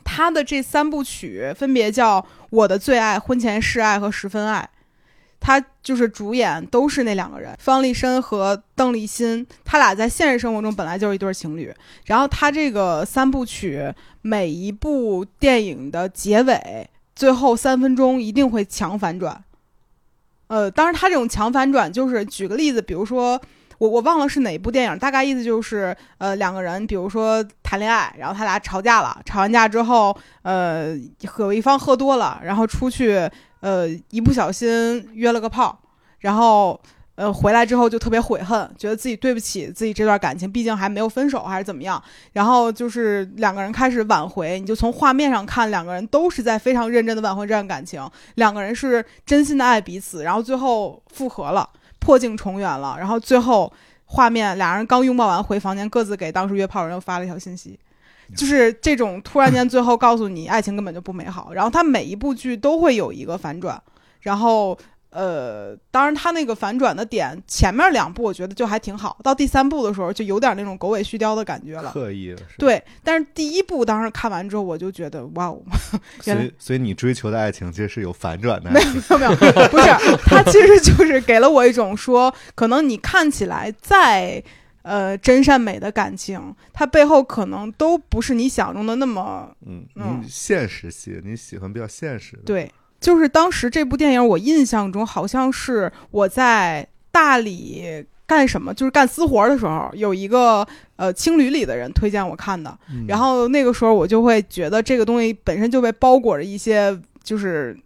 [SPEAKER 1] 他的这三部曲分别叫《我的最爱》《婚前示爱》和《十分爱》，他就是主演都是那两个人，方力申和邓丽欣，他俩在现实生活中本来就是一对情侣。然后他这个三部曲每一部电影的结尾最后三分钟一定会强反转，呃，当然他这种强反转就是举个例子，比如说。我我忘了是哪一部电影，大概意思就是，呃，两个人比如说谈恋爱，然后他俩吵架了，吵完架之后，呃，有一方喝多了，然后出去，呃，一不小心约了个炮，然后呃回来之后就特别悔恨，觉得自己对不起自己这段感情，毕竟还没有分手还是怎么样。然后就是两个人开始挽回，你就从画面上看，两个人都是在非常认真的挽回这段感情，两个人是真心的爱彼此，然后最后复合了，破镜重圆了，然后最后。画面，俩人刚拥抱完回房间，各自给当时约炮人又发了一条信息，就是这种突然间最后告诉你爱情根本就不美好，然后他每一部剧都会有一个反转，然后呃，当然他那个反转的点，前面两部我觉得就还挺好，到第三部的时候就有点那种狗尾续貂的感觉了。
[SPEAKER 2] 刻意的是。
[SPEAKER 1] 对，但是第一部当时看完之后，我就觉得哇哦， 原
[SPEAKER 2] 所
[SPEAKER 1] 来
[SPEAKER 2] 以，所以你追求的爱情其实是有反转的
[SPEAKER 1] 没，有没有，不是，他其实就是给了我一种说，可能你看起来再呃真善美的感情，它背后可能都不是你想中的那么
[SPEAKER 2] 嗯，
[SPEAKER 1] 嗯
[SPEAKER 2] 你现实系，你喜欢比较现实的，，
[SPEAKER 1] 对。就是当时这部电影，我印象中好像是我在大理干什么，就是干私活的时候，有一个呃青旅里的人推荐我看的，
[SPEAKER 2] 嗯
[SPEAKER 1] 然后那个时候我就会觉得这个东西本身就被包裹着一些就是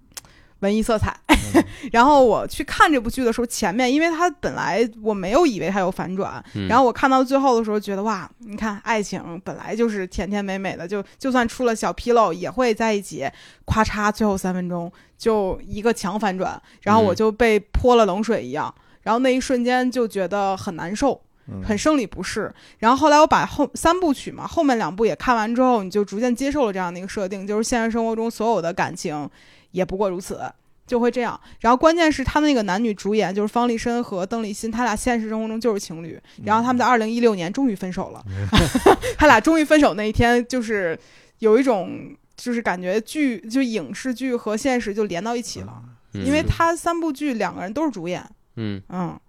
[SPEAKER 1] 文艺色彩。
[SPEAKER 3] 嗯
[SPEAKER 1] 然后我去看这部剧的时候，前面因为它本来我没有以为它有反转，
[SPEAKER 3] 嗯
[SPEAKER 1] 然后我看到最后的时候觉得哇，你看爱情本来就是甜甜美美的，就就算出了小纰漏也会在一起。咔嚓，最后三分钟就一个强反转，然后我
[SPEAKER 3] 嗯
[SPEAKER 1] 就被泼了冷水一样，然后那一瞬间就觉得很难受。
[SPEAKER 2] 嗯
[SPEAKER 1] 很生理不适。然后后来我把后三部曲嘛，后面两部也看完之后，你就逐渐接受了这样的一个设定，就是现实生活中所有的感情也不过如此，就会这样。然后关键是他那个男女主演就是方力申和邓丽欣，他俩现实生活中就是情侣，
[SPEAKER 3] 嗯
[SPEAKER 1] 然后他们在二零一六年终于分手了， 他俩终于分手那一天，就是有一种。就是感觉剧就影视剧和现实就连到一起了，
[SPEAKER 3] 嗯
[SPEAKER 1] 因为他三部剧两个人都是主演，
[SPEAKER 3] 嗯，
[SPEAKER 1] 嗯，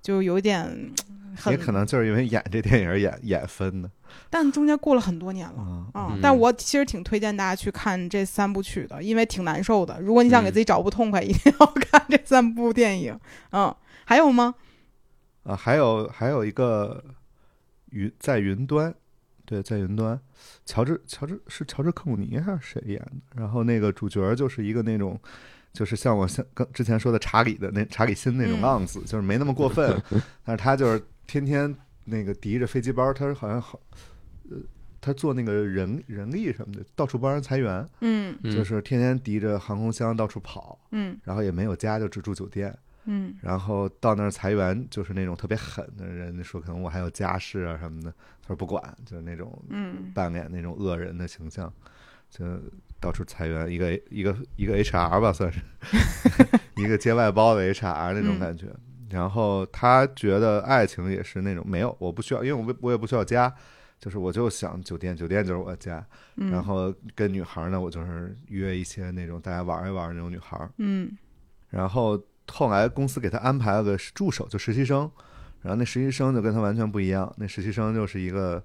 [SPEAKER 1] 就有点嗯很
[SPEAKER 2] 也可能就是因为演这电影演演分的，
[SPEAKER 1] 但中间过了很多年了。
[SPEAKER 2] 嗯，
[SPEAKER 1] 嗯
[SPEAKER 3] 嗯，
[SPEAKER 1] 但我其实挺推荐大家去看这三部曲的，因为挺难受的。如果你想给
[SPEAKER 2] 嗯
[SPEAKER 1] 自己找不痛快，一定要看这三部电影。 嗯，还有吗？
[SPEAKER 2] 啊，还有还有一个云在云端，对，在云端，乔治乔治是乔治克鲁尼还是谁演的？然后那个主角儿就是一个那种。就是像我像刚之前说的查理的那查理辛那
[SPEAKER 1] 嗯
[SPEAKER 2] 种浪子，就是没那么过分，但是他就是天天那个提着飞机包，他好像好，呃，他做那个人人力什么的，到处帮人裁员，
[SPEAKER 1] 嗯
[SPEAKER 3] 嗯
[SPEAKER 2] 就是天天提着航空箱到处跑，
[SPEAKER 1] 嗯
[SPEAKER 2] 然后也没有家，就只住酒店，
[SPEAKER 1] 嗯
[SPEAKER 2] 然后到那儿裁员，就是那种特别狠的人，说可能我还有家室啊什么的，他说不管，就是那种
[SPEAKER 1] 嗯
[SPEAKER 2] 扮演那种恶人的形象，就到处裁员，一个一个一个 HR 吧，算是 一个接外包的 HR 那种感觉。然后他觉得爱情也是那种没有，我不需要，因为我不我也不需要家，就是我就想酒店，酒店就是我家。
[SPEAKER 1] 嗯，
[SPEAKER 2] 然后跟女孩呢，我就是约一些那种大家玩一玩那种女孩。
[SPEAKER 1] 嗯
[SPEAKER 2] 然后后来公司给他安排了个助手，就实习生。然后那实习生就跟他完全不一样，那实习生就是一个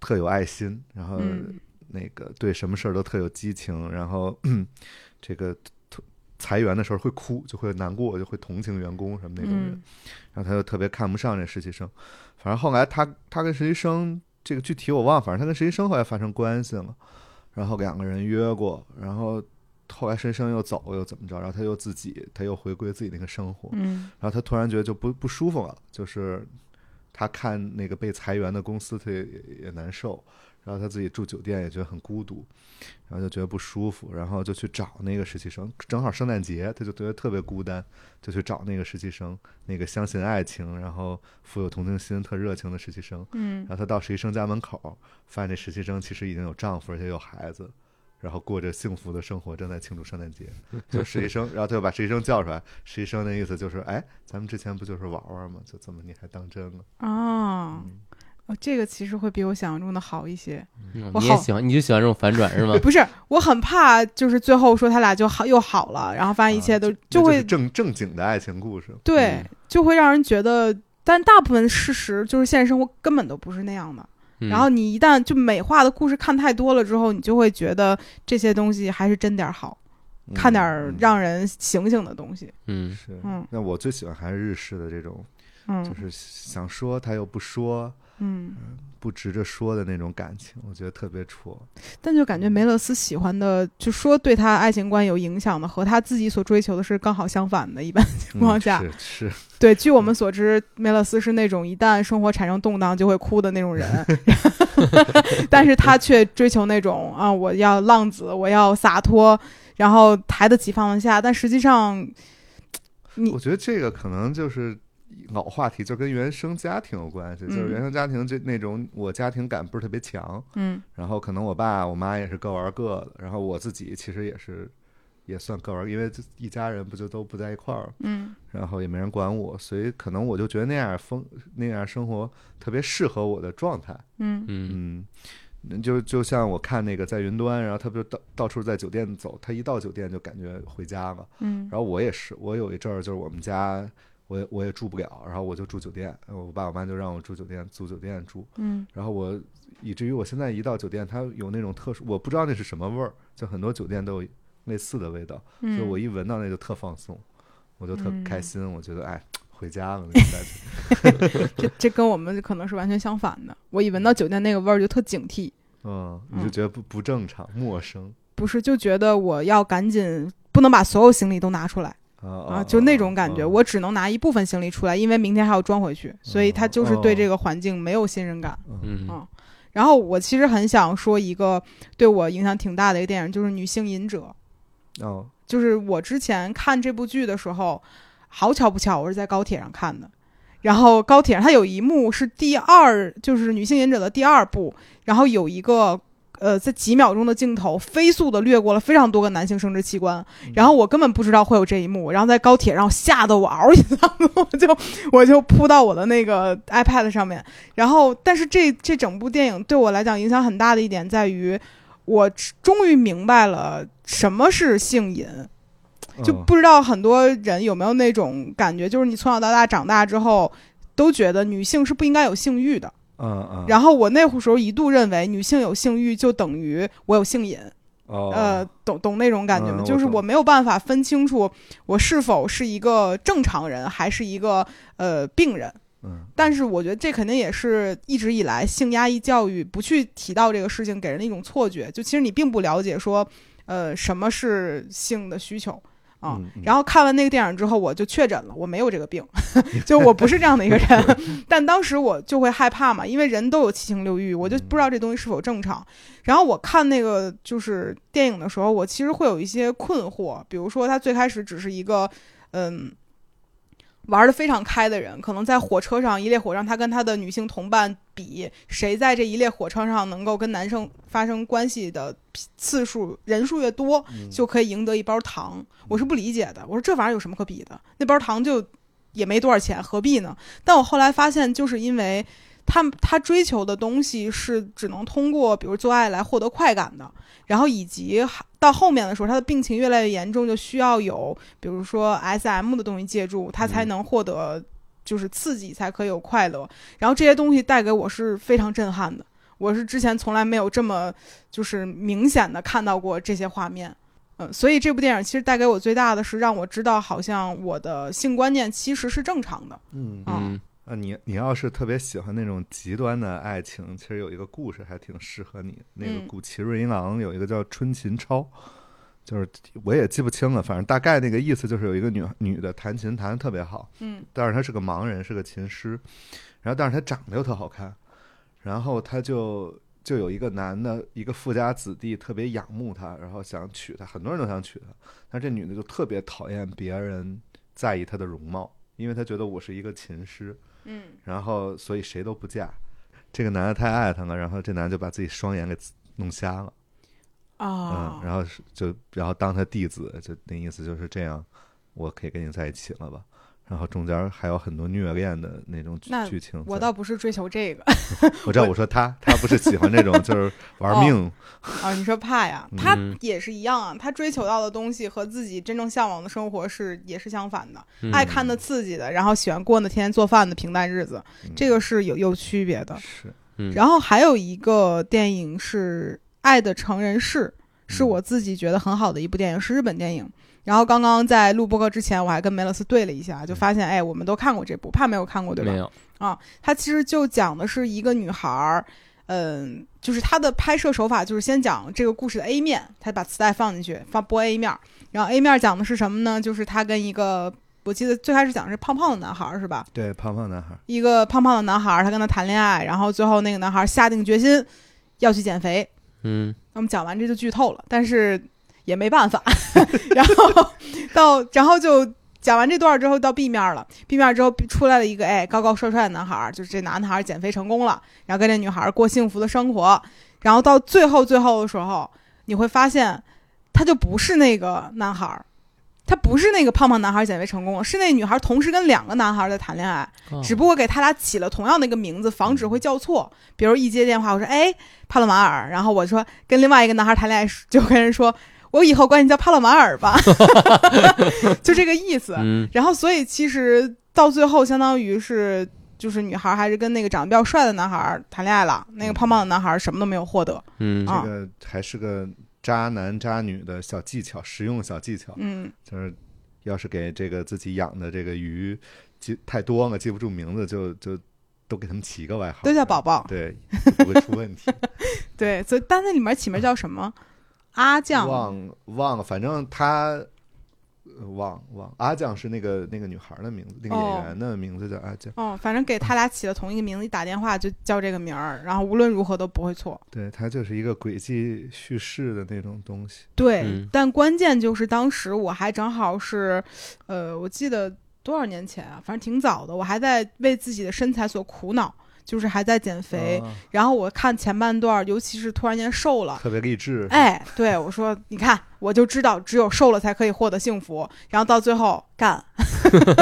[SPEAKER 2] 特有爱心，然后呃
[SPEAKER 1] 嗯
[SPEAKER 2] 那个对什么事儿都特有激情，然后 这个裁员的时候会哭，就会难过，就会同情员工什么那种人。
[SPEAKER 1] 嗯
[SPEAKER 2] 然后他就特别看不上这实习生。反正后来他他跟实习生这个具体我忘了，反正他跟实习生后来发生关系了，然后两个人约过，然后后来实习生又走又怎么着，然后他又自己他又回归自己那个生活，
[SPEAKER 1] 嗯
[SPEAKER 2] 然后他突然觉得就不不舒服了，就是他看那个被裁员的公司，他也也难受，然后他自己住酒店也觉得很孤独，然后就觉得不舒服，然后就去找那个实习生，正好圣诞节，他就觉得特别孤单，就去找那个实习生，那个相信爱情，然后富有同情心、特热情的实习生。
[SPEAKER 1] 嗯
[SPEAKER 2] 然后他到实习生家门口，发现这实习生其实已经有丈夫，而且有孩子，然后过着幸福的生活，正在庆祝圣诞节。就实习生，然后他就把实习生叫出来，实习生的意思就是，哎，咱们之前不就是玩玩吗？就怎么你还当真了？
[SPEAKER 1] 啊。哦，这个其实会比我想象中的好一些。
[SPEAKER 3] 嗯
[SPEAKER 1] 我
[SPEAKER 3] 你也
[SPEAKER 1] 好
[SPEAKER 3] 喜欢，你就喜欢这种反转
[SPEAKER 1] ？
[SPEAKER 3] 是吗
[SPEAKER 1] 不是，我很怕就是最后说他俩就好又好了，然后发现一切都、
[SPEAKER 2] 啊那
[SPEAKER 1] 会
[SPEAKER 2] 是正正经的爱情故事。
[SPEAKER 1] 对
[SPEAKER 3] 嗯，
[SPEAKER 1] 就会让人觉得，但大部分事实就是现实生活根本都不是那样的。
[SPEAKER 3] 嗯
[SPEAKER 1] 然后你一旦就美化的故事看太多了之后，你就会觉得这些东西还是真点儿好，
[SPEAKER 2] 嗯
[SPEAKER 1] 看点儿
[SPEAKER 2] 嗯
[SPEAKER 1] 让人醒醒的东西。
[SPEAKER 3] 嗯
[SPEAKER 2] 是
[SPEAKER 1] 嗯，
[SPEAKER 2] 那我最喜欢还是日式的这种，就
[SPEAKER 1] 嗯
[SPEAKER 2] 是想说他又不说，
[SPEAKER 1] 嗯，
[SPEAKER 2] 不直着说的那种感情，我觉得特别戳。
[SPEAKER 1] 但就感觉梅勒斯喜欢的，就说对他爱情观有影响的，和他自己所追求的是刚好相反的。一般 情况
[SPEAKER 2] 嗯
[SPEAKER 1] 下，
[SPEAKER 2] 是是，
[SPEAKER 1] 对，据我们所知，
[SPEAKER 2] 嗯
[SPEAKER 1] 梅勒斯是那种一旦生活产生动荡就会哭的那 种人， 但是他却追求那种啊，我要浪子，我要洒脱，然后抬得起放得下。但实际上，你
[SPEAKER 2] 我觉得这个可能就是老话题，就跟原生家庭有关系。就是
[SPEAKER 1] 嗯
[SPEAKER 2] 原生家庭这那种，我家庭感不是特别强，
[SPEAKER 1] 嗯
[SPEAKER 2] 然后可能我爸我妈也是各玩各的，然后我自己其实也是也算个玩，因为这一家人不就都不在一块儿，
[SPEAKER 1] 嗯
[SPEAKER 2] 然后也没人管我，所以可能我就觉得那样风那样生活特别适合我的状态。
[SPEAKER 1] 嗯
[SPEAKER 3] 嗯，
[SPEAKER 2] 嗯，那就就像我看那个在云端，然后他不就到到处在酒店走，他一到酒店就感觉回家嘛。
[SPEAKER 1] 嗯
[SPEAKER 2] 然后我也是，我有一阵儿就是我们家，我也我也住不了，然后我就住酒店，我爸我妈就让我住酒店，租酒店住。
[SPEAKER 1] 嗯
[SPEAKER 2] 然后我以至于我现在一到酒店，它有那种特殊，我不知道那是什么味儿，就很多酒店都有类似的味道，所以我一闻到那就特放松，我就特
[SPEAKER 1] 嗯
[SPEAKER 2] 开心，我觉得哎。回家了那种感觉，
[SPEAKER 1] 这这跟我们可能是完全相反的。我一闻到酒店那个味儿就特警惕，
[SPEAKER 2] 嗯，你就觉得不不正常，陌生
[SPEAKER 1] 不是就觉得我要赶紧，不能把所有行李都拿出来
[SPEAKER 2] 啊
[SPEAKER 1] 啊，就那种感觉。
[SPEAKER 2] 啊
[SPEAKER 1] 我只能拿一部分行李出来，因为明天还要装回
[SPEAKER 2] 哦
[SPEAKER 1] 去，所以他就是对这个环境没有信任感。
[SPEAKER 3] 嗯
[SPEAKER 1] 嗯然后我其实很想说一个对我影响挺大的一个电影，就是《女性隐者》。
[SPEAKER 2] 哦，
[SPEAKER 1] 就是我之前看这部剧的时候，好巧不巧，我是在高铁上看的。然后高铁上它有一幕是第二，就是《女性隐者》的第二部，然后有一个呃，在几秒钟的镜头飞速的掠过了非常多个男性生殖器官，然后我根本不知道会有这一幕，然后在高铁上吓得我嗷一嗓子， 我就我就扑到我的那个 iPad 上面。然后，但是这这整部电影对我来讲影响很大的一点在于，我终于明白了什么是性瘾。就
[SPEAKER 2] 嗯
[SPEAKER 1] 不知道很多人有没有那种感觉，就是你从小到大长大之后，都觉得女性是不应该有性欲的。
[SPEAKER 2] 嗯嗯，
[SPEAKER 1] 然后我那会儿时候一度认为，女性有性欲就等于我有性瘾，
[SPEAKER 2] 后
[SPEAKER 1] 呃，懂懂那种感觉
[SPEAKER 2] 哦嗯
[SPEAKER 1] 吗？
[SPEAKER 2] 我
[SPEAKER 1] 就是
[SPEAKER 2] 懂
[SPEAKER 1] 我没有办法分清楚我是否是一个正常人，还是一个呃病人。
[SPEAKER 2] 嗯
[SPEAKER 1] 但是我觉得这肯定也是一直以来性压抑教育不去提到这个事情，给人的一种错觉。就其实你并不了解说，呃，什么是性的需求啊。
[SPEAKER 2] 嗯嗯
[SPEAKER 1] 然后看完那个电影之后，我就确诊了，我没有这个 病，就我不是这样的一个人。但当时我就会害怕嘛，因为人都有七情六欲，我就不知道这东西是否正常。然后我看那个就是电影的时候，我其实会有一些困惑，比如说他最开始只是一个，嗯。玩的非常开的人，可能在火车上一列火车上，他跟他的女性同伴比，谁在这一列火车上能够跟男生发生关系的次数人数越多，就可以赢得一包糖。我是不理解的，我说这玩意儿有什么可比的？那包糖就也没多少钱，何必呢？但我后来发现，就是因为他他追求的东西是只能通过比如做爱来获得快感的，然后以及到后面的时候，他的病情越来越严重，就需要有比如说 SM 的东西借助，他才能获得就是刺激，才可以有快乐。然后这些东西带给我是非常震撼的，我是之前从来没有这么就是明显的看到过这些画面。嗯，所以这部电影其实带给我最大的是让我知道，好像我的性观念其实是正常的。
[SPEAKER 2] 嗯
[SPEAKER 1] 啊
[SPEAKER 3] 嗯
[SPEAKER 2] 啊，你你要是特别喜欢那种极端的爱情，其实有一个故事还挺适合你。那个
[SPEAKER 1] 嗯
[SPEAKER 2] 古奇瑞银狼有一个叫《春琴抄》，就是我也记不清了，反正大概那个意思就是有一个女女的弹琴弹得特别好，
[SPEAKER 1] 嗯
[SPEAKER 2] 但是她是个盲人，是个琴师，然后但是她长得又特好看，然后她就就有一个男的，一个富家子弟特别仰慕她，然后想娶她，很多人都想娶她，但这女的就特别讨厌别人在意她的容貌，因为她觉得我是一个琴师，
[SPEAKER 1] 嗯
[SPEAKER 2] 然后所以谁都不嫁，这个男的太爱她了，然后这男的就把自己双眼给弄瞎了。
[SPEAKER 1] 啊哦
[SPEAKER 2] 嗯，，然后是就然后当他弟子，就那意思就是这样，我可以跟你在一起了吧？然后中间还有很多虐恋的那种剧
[SPEAKER 1] 那
[SPEAKER 2] 剧情在。
[SPEAKER 1] 我倒不是追求这 个
[SPEAKER 2] 我知道，
[SPEAKER 1] 我哦
[SPEAKER 2] 我说他他不是喜欢这种 就是玩命，
[SPEAKER 1] 啊，你说怕呀？他
[SPEAKER 3] 嗯
[SPEAKER 1] 也是一样啊，他追求到的东西和自己真正向往的生活是也是相反的，
[SPEAKER 3] 嗯
[SPEAKER 1] 爱看的刺激的，然后喜欢过那天天做饭的平淡日子，
[SPEAKER 2] 嗯
[SPEAKER 1] 这个是有有区别的。
[SPEAKER 2] 是
[SPEAKER 3] 嗯
[SPEAKER 1] 然后还有一个电影是《爱的成人式》，是
[SPEAKER 2] 嗯
[SPEAKER 1] 我自己觉得很好的一部电影，是日本电影。然后刚刚在录播客之前，我还跟梅勒斯对了一下，就发现哎，我们都看过这部，怕没有看过对吧
[SPEAKER 3] 嗯没？有，
[SPEAKER 1] 它其实就讲的是一个女孩儿，嗯，就是它的拍摄手法就是先讲这个故事的 A 面，她把磁带放进去，放播 A 面儿，然后 A 面儿讲的是什么呢？就是她跟一个，我记得最开始讲的是胖胖的男孩儿是吧？
[SPEAKER 2] 对胖胖男孩，
[SPEAKER 1] 一个胖胖的男孩儿，他跟她谈恋爱，然后最后那个男孩儿下定决心要去减肥，
[SPEAKER 3] 嗯
[SPEAKER 1] 那么讲完这就剧透了，但是也没办法。然后到然后就讲完这段之后到 B 面了，B 面之后出来了一个哎高高帅帅的男孩儿，就是这男孩儿减肥成功了，然后跟这女孩儿过幸福的生活。然后到最后最后的时候，你会发现他就不是那个男孩儿，他不是那个胖胖男孩儿减肥成功了，是那女孩儿同时跟两个男孩儿在谈恋爱，
[SPEAKER 2] 嗯
[SPEAKER 3] 哦
[SPEAKER 1] 只不过给他俩起了同样的一个名字，防止会叫错。比如一接电话，我说哎帕洛马尔，然后我说跟另外一个男孩谈恋爱，就跟人说我以后管你叫帕洛马尔吧， 就这个意思。
[SPEAKER 3] 嗯
[SPEAKER 1] 然后所以其实到最后，相当于是就是女孩还是跟那个长得比较帅的男孩谈恋爱了，那个胖胖的男孩什么都没有获得。
[SPEAKER 3] 嗯
[SPEAKER 1] 啊
[SPEAKER 2] 这个还是个渣男渣女的小技巧，实用小技巧，
[SPEAKER 1] 嗯，
[SPEAKER 2] 就是要是给这个自己养的这个鱼记太多了，记不住名字，就就都给他们起一个外号，
[SPEAKER 1] 都叫宝宝。
[SPEAKER 2] 对，就不会出问题。
[SPEAKER 1] 对，所以但那里面起名叫什么？阿 酱。
[SPEAKER 2] 嗯忘忘了，反正他呃忘忘阿酱是那个那个女孩的名字，那个
[SPEAKER 1] 哦
[SPEAKER 2] 演员的名字叫阿酱。
[SPEAKER 1] 哦，反正给他俩起了同一个名字，一打电话就叫这个名儿，然后无论如何都不会错。
[SPEAKER 2] 对，他就是一个轨迹叙事的那种东西。
[SPEAKER 1] 对，
[SPEAKER 3] 嗯
[SPEAKER 1] 但关键就是当时我还正好是，呃，我记得多少年前啊，反正挺早的，我还在为自己的身材所苦恼，就是还在减肥。
[SPEAKER 2] 啊
[SPEAKER 1] 然后我看前半段，尤其是突然间瘦了。
[SPEAKER 2] 特别励志。
[SPEAKER 1] 哎，对我说，你看，我就知道，只有瘦了才可以获得幸福。然后到最后干，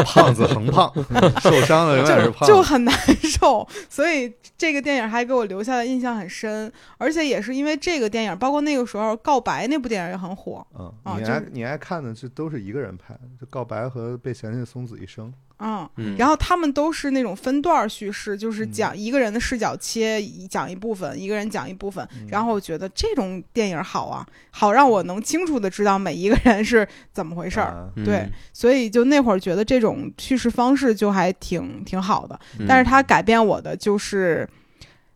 [SPEAKER 2] 胖子横 胖，受伤了永远是
[SPEAKER 1] 就
[SPEAKER 2] 胖
[SPEAKER 1] 就
[SPEAKER 2] 子。
[SPEAKER 1] 很难受。 所以这个电影还给我留下的印象很深，而且也是因为这个电影，包括那个时候《告白》那部电影也很火
[SPEAKER 2] 嗯，
[SPEAKER 1] 啊
[SPEAKER 2] 你
[SPEAKER 1] 就
[SPEAKER 2] 爱
[SPEAKER 1] 是
[SPEAKER 2] 你爱看的这都是一个人拍的，就告白和被嫌弃的松子一生。
[SPEAKER 1] 嗯，
[SPEAKER 3] 嗯，
[SPEAKER 1] 然后他们都是那种分段叙事，就是讲一个人的视角切一讲一部分，一个人讲一部分。然后我觉得这种电影好啊，好让我能清楚的知道每一个人是怎么回事儿。
[SPEAKER 2] 啊
[SPEAKER 3] 嗯
[SPEAKER 1] 对，所以就那会儿觉得这种叙事方式就还挺挺好的。
[SPEAKER 3] 嗯
[SPEAKER 1] 但是它改变我的就是，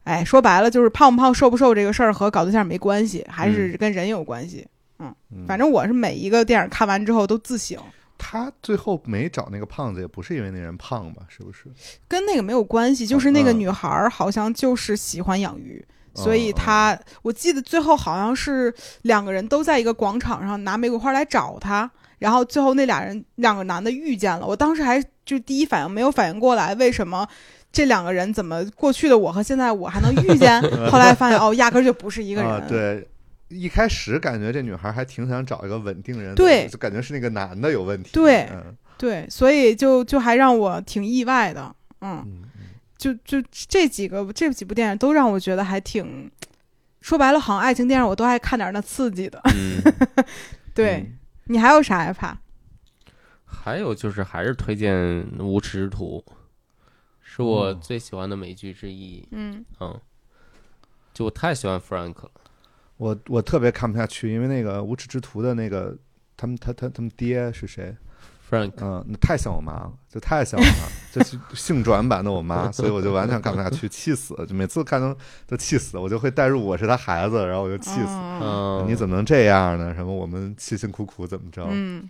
[SPEAKER 1] 哎，说白了就是胖不胖、瘦不瘦这个事儿和搞对象没关系，还是跟人有关系。
[SPEAKER 2] 嗯
[SPEAKER 1] 反正我是每一个电影看完之后都自省。
[SPEAKER 2] 他最后没找那个胖子，也不是因为那人胖吧？是不是？
[SPEAKER 1] 跟那个没有关系，就是那个
[SPEAKER 2] 嗯
[SPEAKER 1] 女孩儿好像就是喜欢养鱼，
[SPEAKER 2] 哦
[SPEAKER 1] 所以她，我记得最后好像是两个人都在一个广场上拿玫瑰花来找她，然后最后那俩人两个男的遇见了，我当时还就第一反应没有反应过来，为什么这两个人怎么过去的我和现在我还能遇 见？后来发现哦，压根儿就不是一个人，
[SPEAKER 2] 啊，对。一开始感觉这女孩还挺想找一个稳定人的，
[SPEAKER 1] 对
[SPEAKER 2] 就感觉是那个男的有问题。
[SPEAKER 1] 对
[SPEAKER 2] 嗯
[SPEAKER 1] 对所以就就还让我挺意外的，嗯。
[SPEAKER 2] 嗯，
[SPEAKER 1] 就就这几个这几部电影都让我觉得还挺，说白了，好像爱情电影我都爱看点那刺激的。
[SPEAKER 3] 嗯，
[SPEAKER 1] 对、
[SPEAKER 2] 嗯
[SPEAKER 1] 你还有啥呀？怕
[SPEAKER 3] 还有就是还是推荐《无耻之徒》，是我
[SPEAKER 2] 哦
[SPEAKER 3] 最喜欢的美剧之一。
[SPEAKER 1] 嗯
[SPEAKER 3] 嗯，就我太喜欢 Frank 了。
[SPEAKER 2] 我我特别看不下去，因为那个无耻之徒的那个他们他他他们爹是谁？
[SPEAKER 3] Frank
[SPEAKER 2] 嗯，那太像我妈了，就太像我妈了， 就是性转版的我妈，所以我就完全看不下去，气死！就每次看都都气死，我就会带入我是他孩子，然后我就气死。
[SPEAKER 1] 嗯
[SPEAKER 3] 嗯，
[SPEAKER 2] 你怎么能这样呢？什么我们辛辛苦苦怎么着？
[SPEAKER 1] 嗯，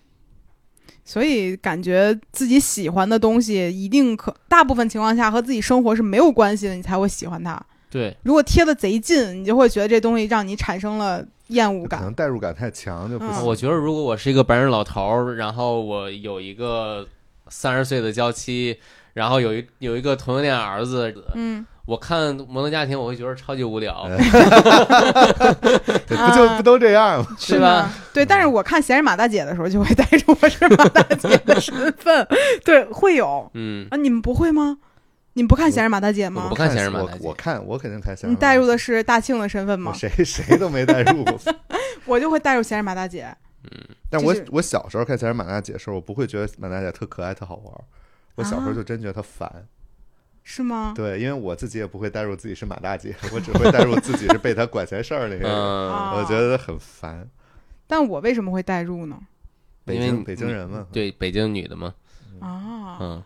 [SPEAKER 1] 所以感觉自己喜欢的东西一定可大部分情况下和自己生活是没有关系的，你才会喜欢它。
[SPEAKER 3] 对
[SPEAKER 1] 如果贴的贼近，你就会觉得这东西让你产生了厌恶
[SPEAKER 2] 可
[SPEAKER 1] 感。
[SPEAKER 2] 能代入感太强就不
[SPEAKER 1] 嗯
[SPEAKER 2] 行。
[SPEAKER 3] 我觉得如果我是一个白人老头儿，然后我有一个三十岁的娇妻，然后有一有一个同性恋儿子，
[SPEAKER 1] 嗯，
[SPEAKER 3] 我看《摩登家庭》我会觉得超级无聊，
[SPEAKER 2] 哎对不就
[SPEAKER 1] 啊
[SPEAKER 2] 不都这样吗？
[SPEAKER 1] 是
[SPEAKER 3] 吧
[SPEAKER 1] 吗？？对，但是我看《闲人马大姐》的时候，就会带着我是马大姐的身 份，对，会有。
[SPEAKER 3] 嗯，
[SPEAKER 1] 啊，你们不会吗？你们不看《
[SPEAKER 2] 我
[SPEAKER 1] 闲人马大姐》吗
[SPEAKER 3] 我不？看《闲人马
[SPEAKER 2] 我
[SPEAKER 3] 大姐》
[SPEAKER 2] 我看我肯定看闲
[SPEAKER 1] 你
[SPEAKER 2] 人马
[SPEAKER 1] 带入
[SPEAKER 2] 大
[SPEAKER 1] 的是大庆的身份
[SPEAKER 2] 姐我
[SPEAKER 1] 吗？
[SPEAKER 2] 谁谁都没带入 过，
[SPEAKER 1] 我就会带入《闲人马大姐
[SPEAKER 2] 但我
[SPEAKER 1] 就是
[SPEAKER 2] 我小时候看《闲人马大姐》的时候，我不会觉得马大姐特可爱、特好玩儿。我
[SPEAKER 1] 啊
[SPEAKER 2] 小时候就真觉得她烦，》，
[SPEAKER 1] 是吗？
[SPEAKER 2] 对，因为我自己也不会代入自己是马大姐，我只会代入自己是被她管闲事儿那个人，
[SPEAKER 3] 嗯，
[SPEAKER 1] 啊
[SPEAKER 2] 我觉得很烦。
[SPEAKER 1] 但我为什么会带入呢？
[SPEAKER 2] 北
[SPEAKER 3] 因为
[SPEAKER 2] 京
[SPEAKER 3] 你
[SPEAKER 2] 北京人嘛，
[SPEAKER 3] 对，北京女的嘛，
[SPEAKER 2] 哦
[SPEAKER 1] 啊，
[SPEAKER 3] 嗯，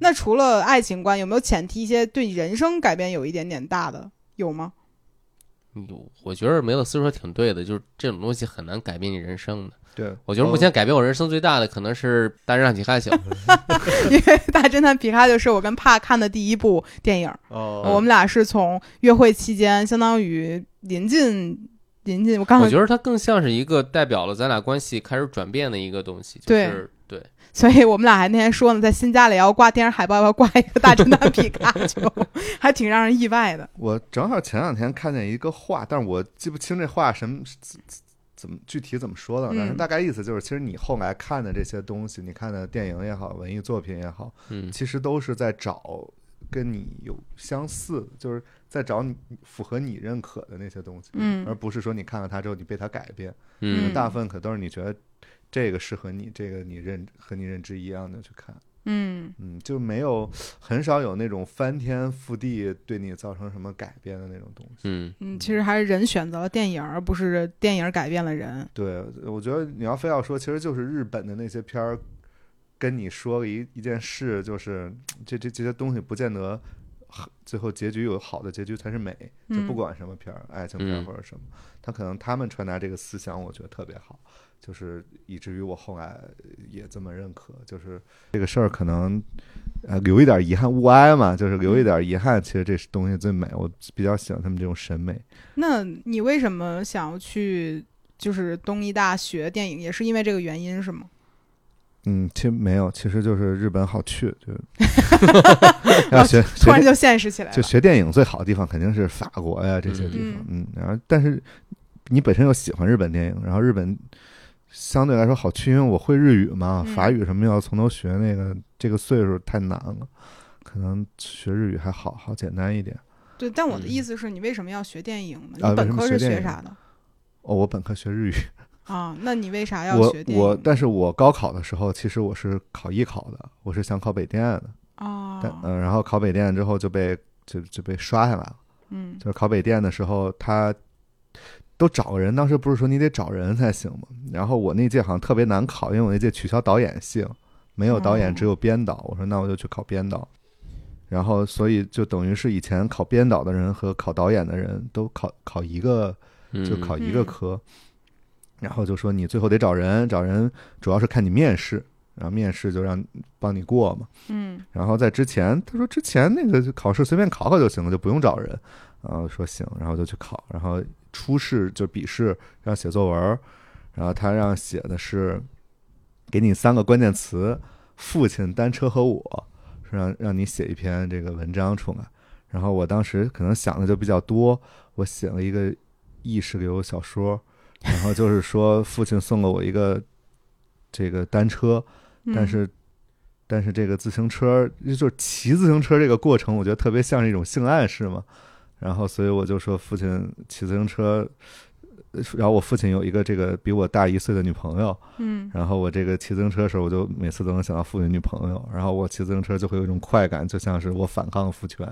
[SPEAKER 1] 那除了爱情观，有没有前提一些对你人生改变有一点点大的？有吗？
[SPEAKER 3] 有我觉得梅勒斯说挺对的，就是这种东西很难改变你人生的。
[SPEAKER 2] 对，
[SPEAKER 3] 我觉得目前改变我人生最大的可能是《大侦探皮卡丘》，
[SPEAKER 1] 因为《大侦探皮卡丘》是我跟帕看的第一部电影，
[SPEAKER 2] 哦，
[SPEAKER 1] 我们俩是从约会期间，相当于临近临近，我刚
[SPEAKER 3] 我
[SPEAKER 1] 才
[SPEAKER 3] 觉得它更像是一个代表了咱俩关系开始转变的一个东西，就是对
[SPEAKER 1] 所以我们俩还那天说呢，在新家里要挂电视海报，要挂一个大侦探皮卡丘，还挺让人意外的。
[SPEAKER 2] 我正好前两天看见一个话，但是我记不清这话什么怎么具体怎么说呢？
[SPEAKER 1] 嗯
[SPEAKER 2] 但是大概意思就是，其实你后来看的这些东西，你看的电影也好，文艺作品也好，
[SPEAKER 3] 嗯
[SPEAKER 2] 其实都是在找跟你有相似，就是在找你符合你认可的那些东西，
[SPEAKER 1] 嗯
[SPEAKER 2] 而不是说你看了它之后你被它改变。
[SPEAKER 1] 嗯
[SPEAKER 2] 大部分可都是你觉得这个适合你，这个你认和你认知一样的去看。
[SPEAKER 1] 嗯
[SPEAKER 2] 嗯，就没有很少有那种翻天覆地对你造成什么改变的那种东西。
[SPEAKER 3] 嗯
[SPEAKER 1] 嗯，其实还是人选择了电影，而不是电影改变了人。
[SPEAKER 2] 对，我觉得你要非要说，其实就是日本的那些片儿跟你说一一件事，就是这这这些东西不见得最后结局有好的结局才是美，就不
[SPEAKER 1] 嗯
[SPEAKER 2] 管什么片儿，爱情片儿
[SPEAKER 3] 嗯
[SPEAKER 2] 或者什么，他可能他们传达这个思想，我觉得特别好，就是以至于我后来也这么认可，就是这个事儿可能呃留一点遗憾，物哀嘛，就是留一点遗憾，其实这是东西最美，我比较喜欢他们这种审美。
[SPEAKER 1] 那你为什么想要去就是东医大学电影，也是因为这个原因是吗？
[SPEAKER 2] 嗯，其实没有，其实就是日本好去， 就要学
[SPEAKER 1] 哦突然
[SPEAKER 2] 学
[SPEAKER 1] 就现实起来了
[SPEAKER 2] 就。学电影最好的地方肯定是法国呀这些地方，嗯，然后但是你本身又喜欢日本电影，然后日本相对来说好去，因为我会日语嘛，
[SPEAKER 1] 嗯
[SPEAKER 2] 法语什么要从头学，那个这个岁数太难了，可能学日语还好好简单一点。
[SPEAKER 1] 对，但我的
[SPEAKER 3] 嗯
[SPEAKER 1] 意思是你为什么要学电影呢？你
[SPEAKER 2] 啊为
[SPEAKER 1] 本
[SPEAKER 2] 什么
[SPEAKER 1] 科是
[SPEAKER 2] 学电
[SPEAKER 1] 学
[SPEAKER 2] 影
[SPEAKER 1] 啥的
[SPEAKER 2] 哦，我本科学日语，
[SPEAKER 1] 啊？那你为啥要
[SPEAKER 2] 我
[SPEAKER 1] 学电影呢？
[SPEAKER 2] 我，但是我高考的时候，其实我是考艺考的，我是想考北电的，但
[SPEAKER 1] 啊，
[SPEAKER 2] 嗯、然后考北电之后就被就就被刷下来了。
[SPEAKER 1] 嗯
[SPEAKER 2] 就是考北电的时候，他都找人，当时不是说你得找人才行吗？然后我那届好像特别难考，因为我那届取消导演系了，没有导
[SPEAKER 1] 哦
[SPEAKER 2] 演，只有编导。我说那我就去考编导，然后所以就等于是以前考编导的人和考导演的人都考考一个，
[SPEAKER 3] 嗯，
[SPEAKER 2] 就考一
[SPEAKER 1] 嗯
[SPEAKER 2] 个科，然后就说你最后得找人，找人主要是看你面试，然后面试就让帮你过嘛。
[SPEAKER 1] 嗯
[SPEAKER 2] 然后在之前，他说之前那个考试随便考考就行了，就不用找人。然后说行，然后就去考，然后初试就笔试让写作文儿，然后他让写的是给你三个关键词：父亲、单车和我，是让让你写一篇这个文章出来。然后我当时可能想的就比较多，我写了一个意识流小说，然后就是说父亲送了我一个这个单车，
[SPEAKER 1] 嗯，
[SPEAKER 2] 但是，但是这个自行车就是骑自行车这个过程，我觉得特别像是一种性暗示嘛。然后，所以我就说父亲骑自行车，呃然后我父亲有一个这个比我大一岁的女朋友，
[SPEAKER 1] 嗯
[SPEAKER 2] 然后我这个骑自行车的时候，我就每次都能想到父亲女朋友，然后我骑自行车就会有一种快感，就像是我反抗父权，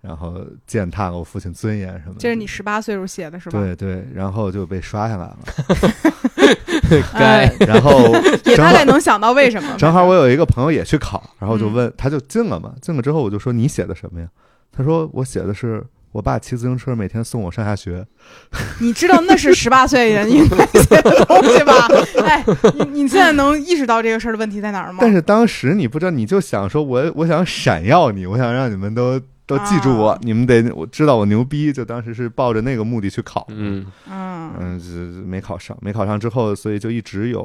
[SPEAKER 2] 然后践踏了我父亲尊严什么的。
[SPEAKER 1] 这是你十八岁时候写的是吧？嗯
[SPEAKER 2] 对 对，然后就被刷下来了。
[SPEAKER 1] 呃
[SPEAKER 3] 该，
[SPEAKER 2] 然后
[SPEAKER 1] 也
[SPEAKER 2] 正
[SPEAKER 1] 大
[SPEAKER 2] 好
[SPEAKER 1] 概能想到为什么。
[SPEAKER 2] 正好我有一个朋友也去考，然后我就问，他就进了嘛，进了之后我就说你写的什么呀？他说我写的是我爸骑自行车每天送我上下学。
[SPEAKER 1] 你知道那是十八岁人应该写的东西 吧？哎，你你现在能意识到这个事儿的问题在哪儿吗？
[SPEAKER 2] 但是当时你不知道，你就想说我我想闪耀你，我想让你们都都记住我，
[SPEAKER 1] 啊
[SPEAKER 2] 你们得我知道我牛逼，就当时是抱着那个目的去考。
[SPEAKER 3] 嗯
[SPEAKER 1] 嗯
[SPEAKER 2] 嗯，这没考上，没考上之后，所以就一直有，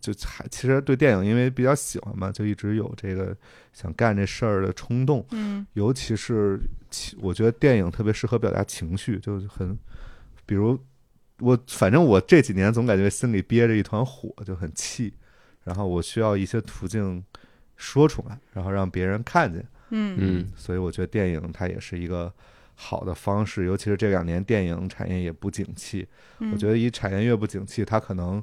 [SPEAKER 2] 就还其实对电影因为比较喜欢嘛，就一直有这个想干这事儿的冲动。
[SPEAKER 1] 嗯
[SPEAKER 2] 尤其是情，我觉得电影特别适合表达情绪，就是很，比如我，反正我这几年总感觉心里憋着一团火，就很气，然后我需要一些途径说出来，然后让别人看见，
[SPEAKER 1] 嗯
[SPEAKER 3] 嗯
[SPEAKER 2] 所以我觉得电影它也是一个好的方式，尤其是这两年电影产业也不景气，
[SPEAKER 1] 嗯，
[SPEAKER 2] 我觉得以产业越不景气，它可能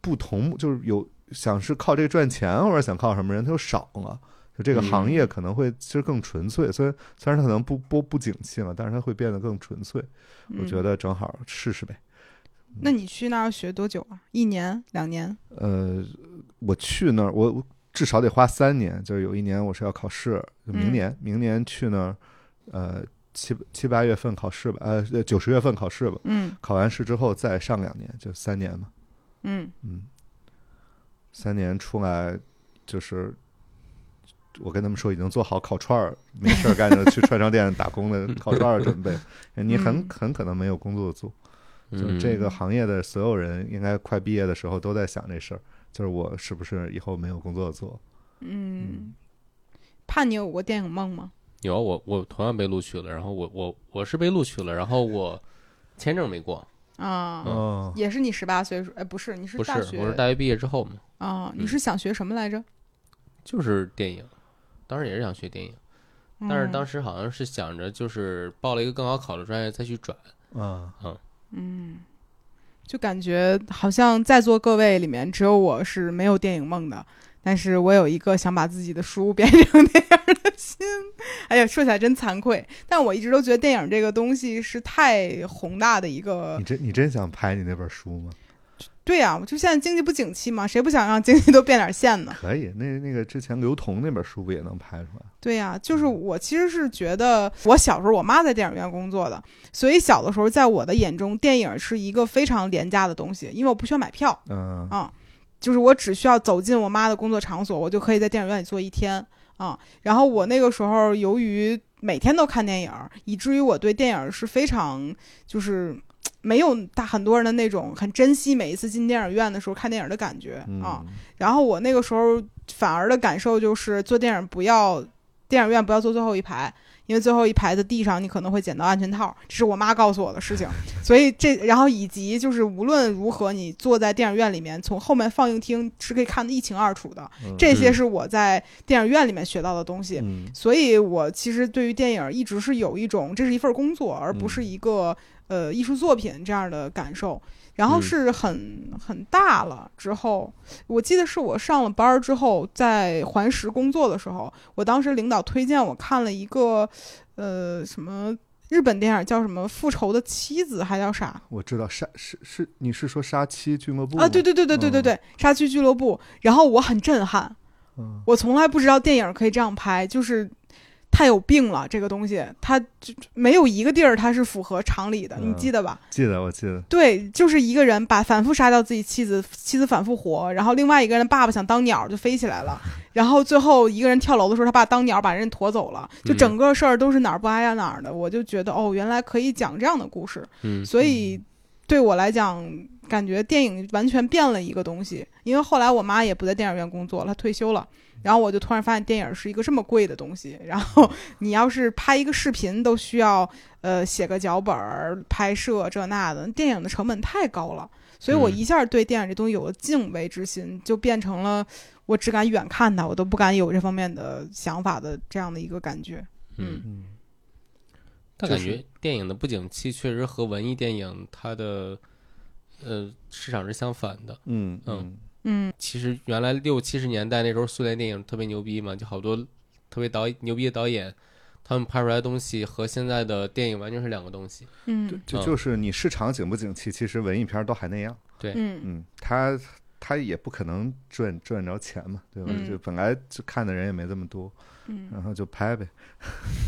[SPEAKER 2] 不同，就是有想是靠这个赚钱，或者想靠什么人，它就少了。就这个
[SPEAKER 3] 嗯
[SPEAKER 2] 行业可能会其实更纯粹，虽然虽然它可能不不不景气了，但是它会变得更纯粹。我觉
[SPEAKER 1] 得。
[SPEAKER 2] 得正好试试呗。
[SPEAKER 1] 嗯那你去那儿要学多久啊？一年、两年？
[SPEAKER 2] 呃，我去那儿，我我至少得花三年，就是有一年我是要考试，就
[SPEAKER 1] 嗯
[SPEAKER 2] 明年、明年去那儿，呃七七八月份考试吧，呃九十月份考试吧，
[SPEAKER 1] 嗯
[SPEAKER 2] 考完试之后再上两年，就三年嘛。
[SPEAKER 1] 嗯
[SPEAKER 2] 嗯，三年出来就是，我跟他们说已经做好烤串儿，没事儿干就去串烧店打工的烤串儿准备。你很
[SPEAKER 1] 嗯
[SPEAKER 2] 很可能没有工作做，就
[SPEAKER 3] 嗯，
[SPEAKER 2] 这个行业的所有人应该快毕业的时候都在想这事儿，就是我是不是以后没有工作做？
[SPEAKER 1] 嗯。怕你有过电影梦吗？
[SPEAKER 3] 有啊我我同样被录取了，然后我我我是被录取了，然后我签证没过，
[SPEAKER 1] 啊、
[SPEAKER 2] 嗯，
[SPEAKER 1] 也是你十八岁时候，哎，不是，你是
[SPEAKER 3] 哦不是
[SPEAKER 1] 大学
[SPEAKER 3] 我是大学毕业之后嘛，
[SPEAKER 1] 啊、你
[SPEAKER 3] 嗯
[SPEAKER 1] 是想学什么来着？
[SPEAKER 3] 就是电影，当时也是想学电影，但是当
[SPEAKER 1] 时，
[SPEAKER 3] 时好像是想着就是报了一个更好考的专业再去转，
[SPEAKER 1] 哦
[SPEAKER 2] 嗯，
[SPEAKER 1] 嗯，就感觉好像在座各位里面，只有我是没有电影梦的。但是我有一个想把自己的书变成电影的心，哎呀，说起来真惭愧。但我一直都觉得电影这个东西是太宏大的一个
[SPEAKER 3] 嗯
[SPEAKER 2] 你真你真想拍你那本书吗？
[SPEAKER 1] 对呀、就现在经济不景气嘛，谁不想让经济都变点线呢？
[SPEAKER 2] 可以，那那个之前刘同那本书不也能拍出来？
[SPEAKER 1] 对呀、就是我其实是觉得，我小时候我妈在电影院工作的，所以小的时候在我的眼中，电影是一个非常廉价的东西，因为我不需要买票，
[SPEAKER 2] 嗯
[SPEAKER 1] 啊就是我只需要走进我妈的工作场所，我就可以在电影院里坐一天啊。然后我那个时候由于每天都看电影，以至于我对电影是非常就是。没有大很多人的那种很珍惜每一次进电影院的时候看电影的感觉啊、
[SPEAKER 2] 嗯，
[SPEAKER 1] 然后我那个时候反而的感受就是，坐电影不要电影院不要坐最后一排，因为最后一排的地上你可能会捡到安全套，这是我妈告诉我的事情。所以这，然后以及就是无论如何，你坐在电影院里面，从后面放映厅是可以看得一清二楚的。
[SPEAKER 2] 嗯
[SPEAKER 1] 这些是我在电影院里面学到的东西。
[SPEAKER 2] 嗯
[SPEAKER 1] 所以我其实对于电影一直是有一种这是一份工作，而不
[SPEAKER 2] 嗯
[SPEAKER 1] 是一个、呃艺术作品这样的感受。然后是很、很大了之后，我记得是我上了班儿之后，在环石工作的时候，我当时领导推荐我看了一个呃什么日本电影叫什么《复仇的妻子》还叫啥？
[SPEAKER 2] 我知道杀是是你是说杀妻俱乐部
[SPEAKER 1] 啊，对
[SPEAKER 2] 对，
[SPEAKER 1] 对对对对对对，沙区俱乐部。然后我很震撼，
[SPEAKER 2] 嗯
[SPEAKER 1] 我从来不知道电影可以这样拍，就是太有病了，这个东西它就没有一个地儿它是符合常理的，你
[SPEAKER 2] 嗯
[SPEAKER 1] 记得吧？
[SPEAKER 2] 记得我记得，
[SPEAKER 1] 对，就是一个人把反复杀掉自己妻子，妻子反复活，然后另外一个人爸爸想当鸟就飞起来了，然后最后一个人跳楼的时候，他爸当鸟把人驮走了，就
[SPEAKER 3] 嗯
[SPEAKER 1] 整个事儿都是哪儿不挨啊着哪儿的，我就觉得哦，原来可以讲这样的故事。
[SPEAKER 3] 嗯
[SPEAKER 1] 所以对我来讲，感觉电影完全变了一个东西。因为后来我妈也不在电影院工作了，她退休了，然后我就突然发现电影是一个这么贵的东西。然后你要是拍一个视频，都需要呃写个脚本儿、拍摄这那的，电影的成本太高了。所以我
[SPEAKER 3] 嗯
[SPEAKER 1] 一下对电影这东西有了敬畏之心，就变成了我只敢远看它，我都不敢有这方面的想法的这样的一个感觉。
[SPEAKER 3] 嗯。
[SPEAKER 2] 嗯
[SPEAKER 3] 但
[SPEAKER 2] 就
[SPEAKER 3] 感
[SPEAKER 2] 是
[SPEAKER 3] 觉电影的不景气确实和文艺电影它的呃市场是相反的。
[SPEAKER 2] 嗯
[SPEAKER 3] 嗯
[SPEAKER 1] 嗯
[SPEAKER 3] 其实原来六七十年代那时候苏联电影特别牛逼嘛，就好多特别导牛逼的导演，他们拍出来的东西和现在的电影完全是两个东西。
[SPEAKER 1] 嗯
[SPEAKER 2] 就
[SPEAKER 3] 嗯
[SPEAKER 2] 就是你市场景不景气，其实文艺片儿都还那样。
[SPEAKER 1] 嗯
[SPEAKER 2] 嗯，他他也不可能赚赚着钱嘛，对吧？
[SPEAKER 1] 嗯
[SPEAKER 2] 就本来就看的人也没这么多，
[SPEAKER 1] 嗯。
[SPEAKER 2] 然后就拍呗。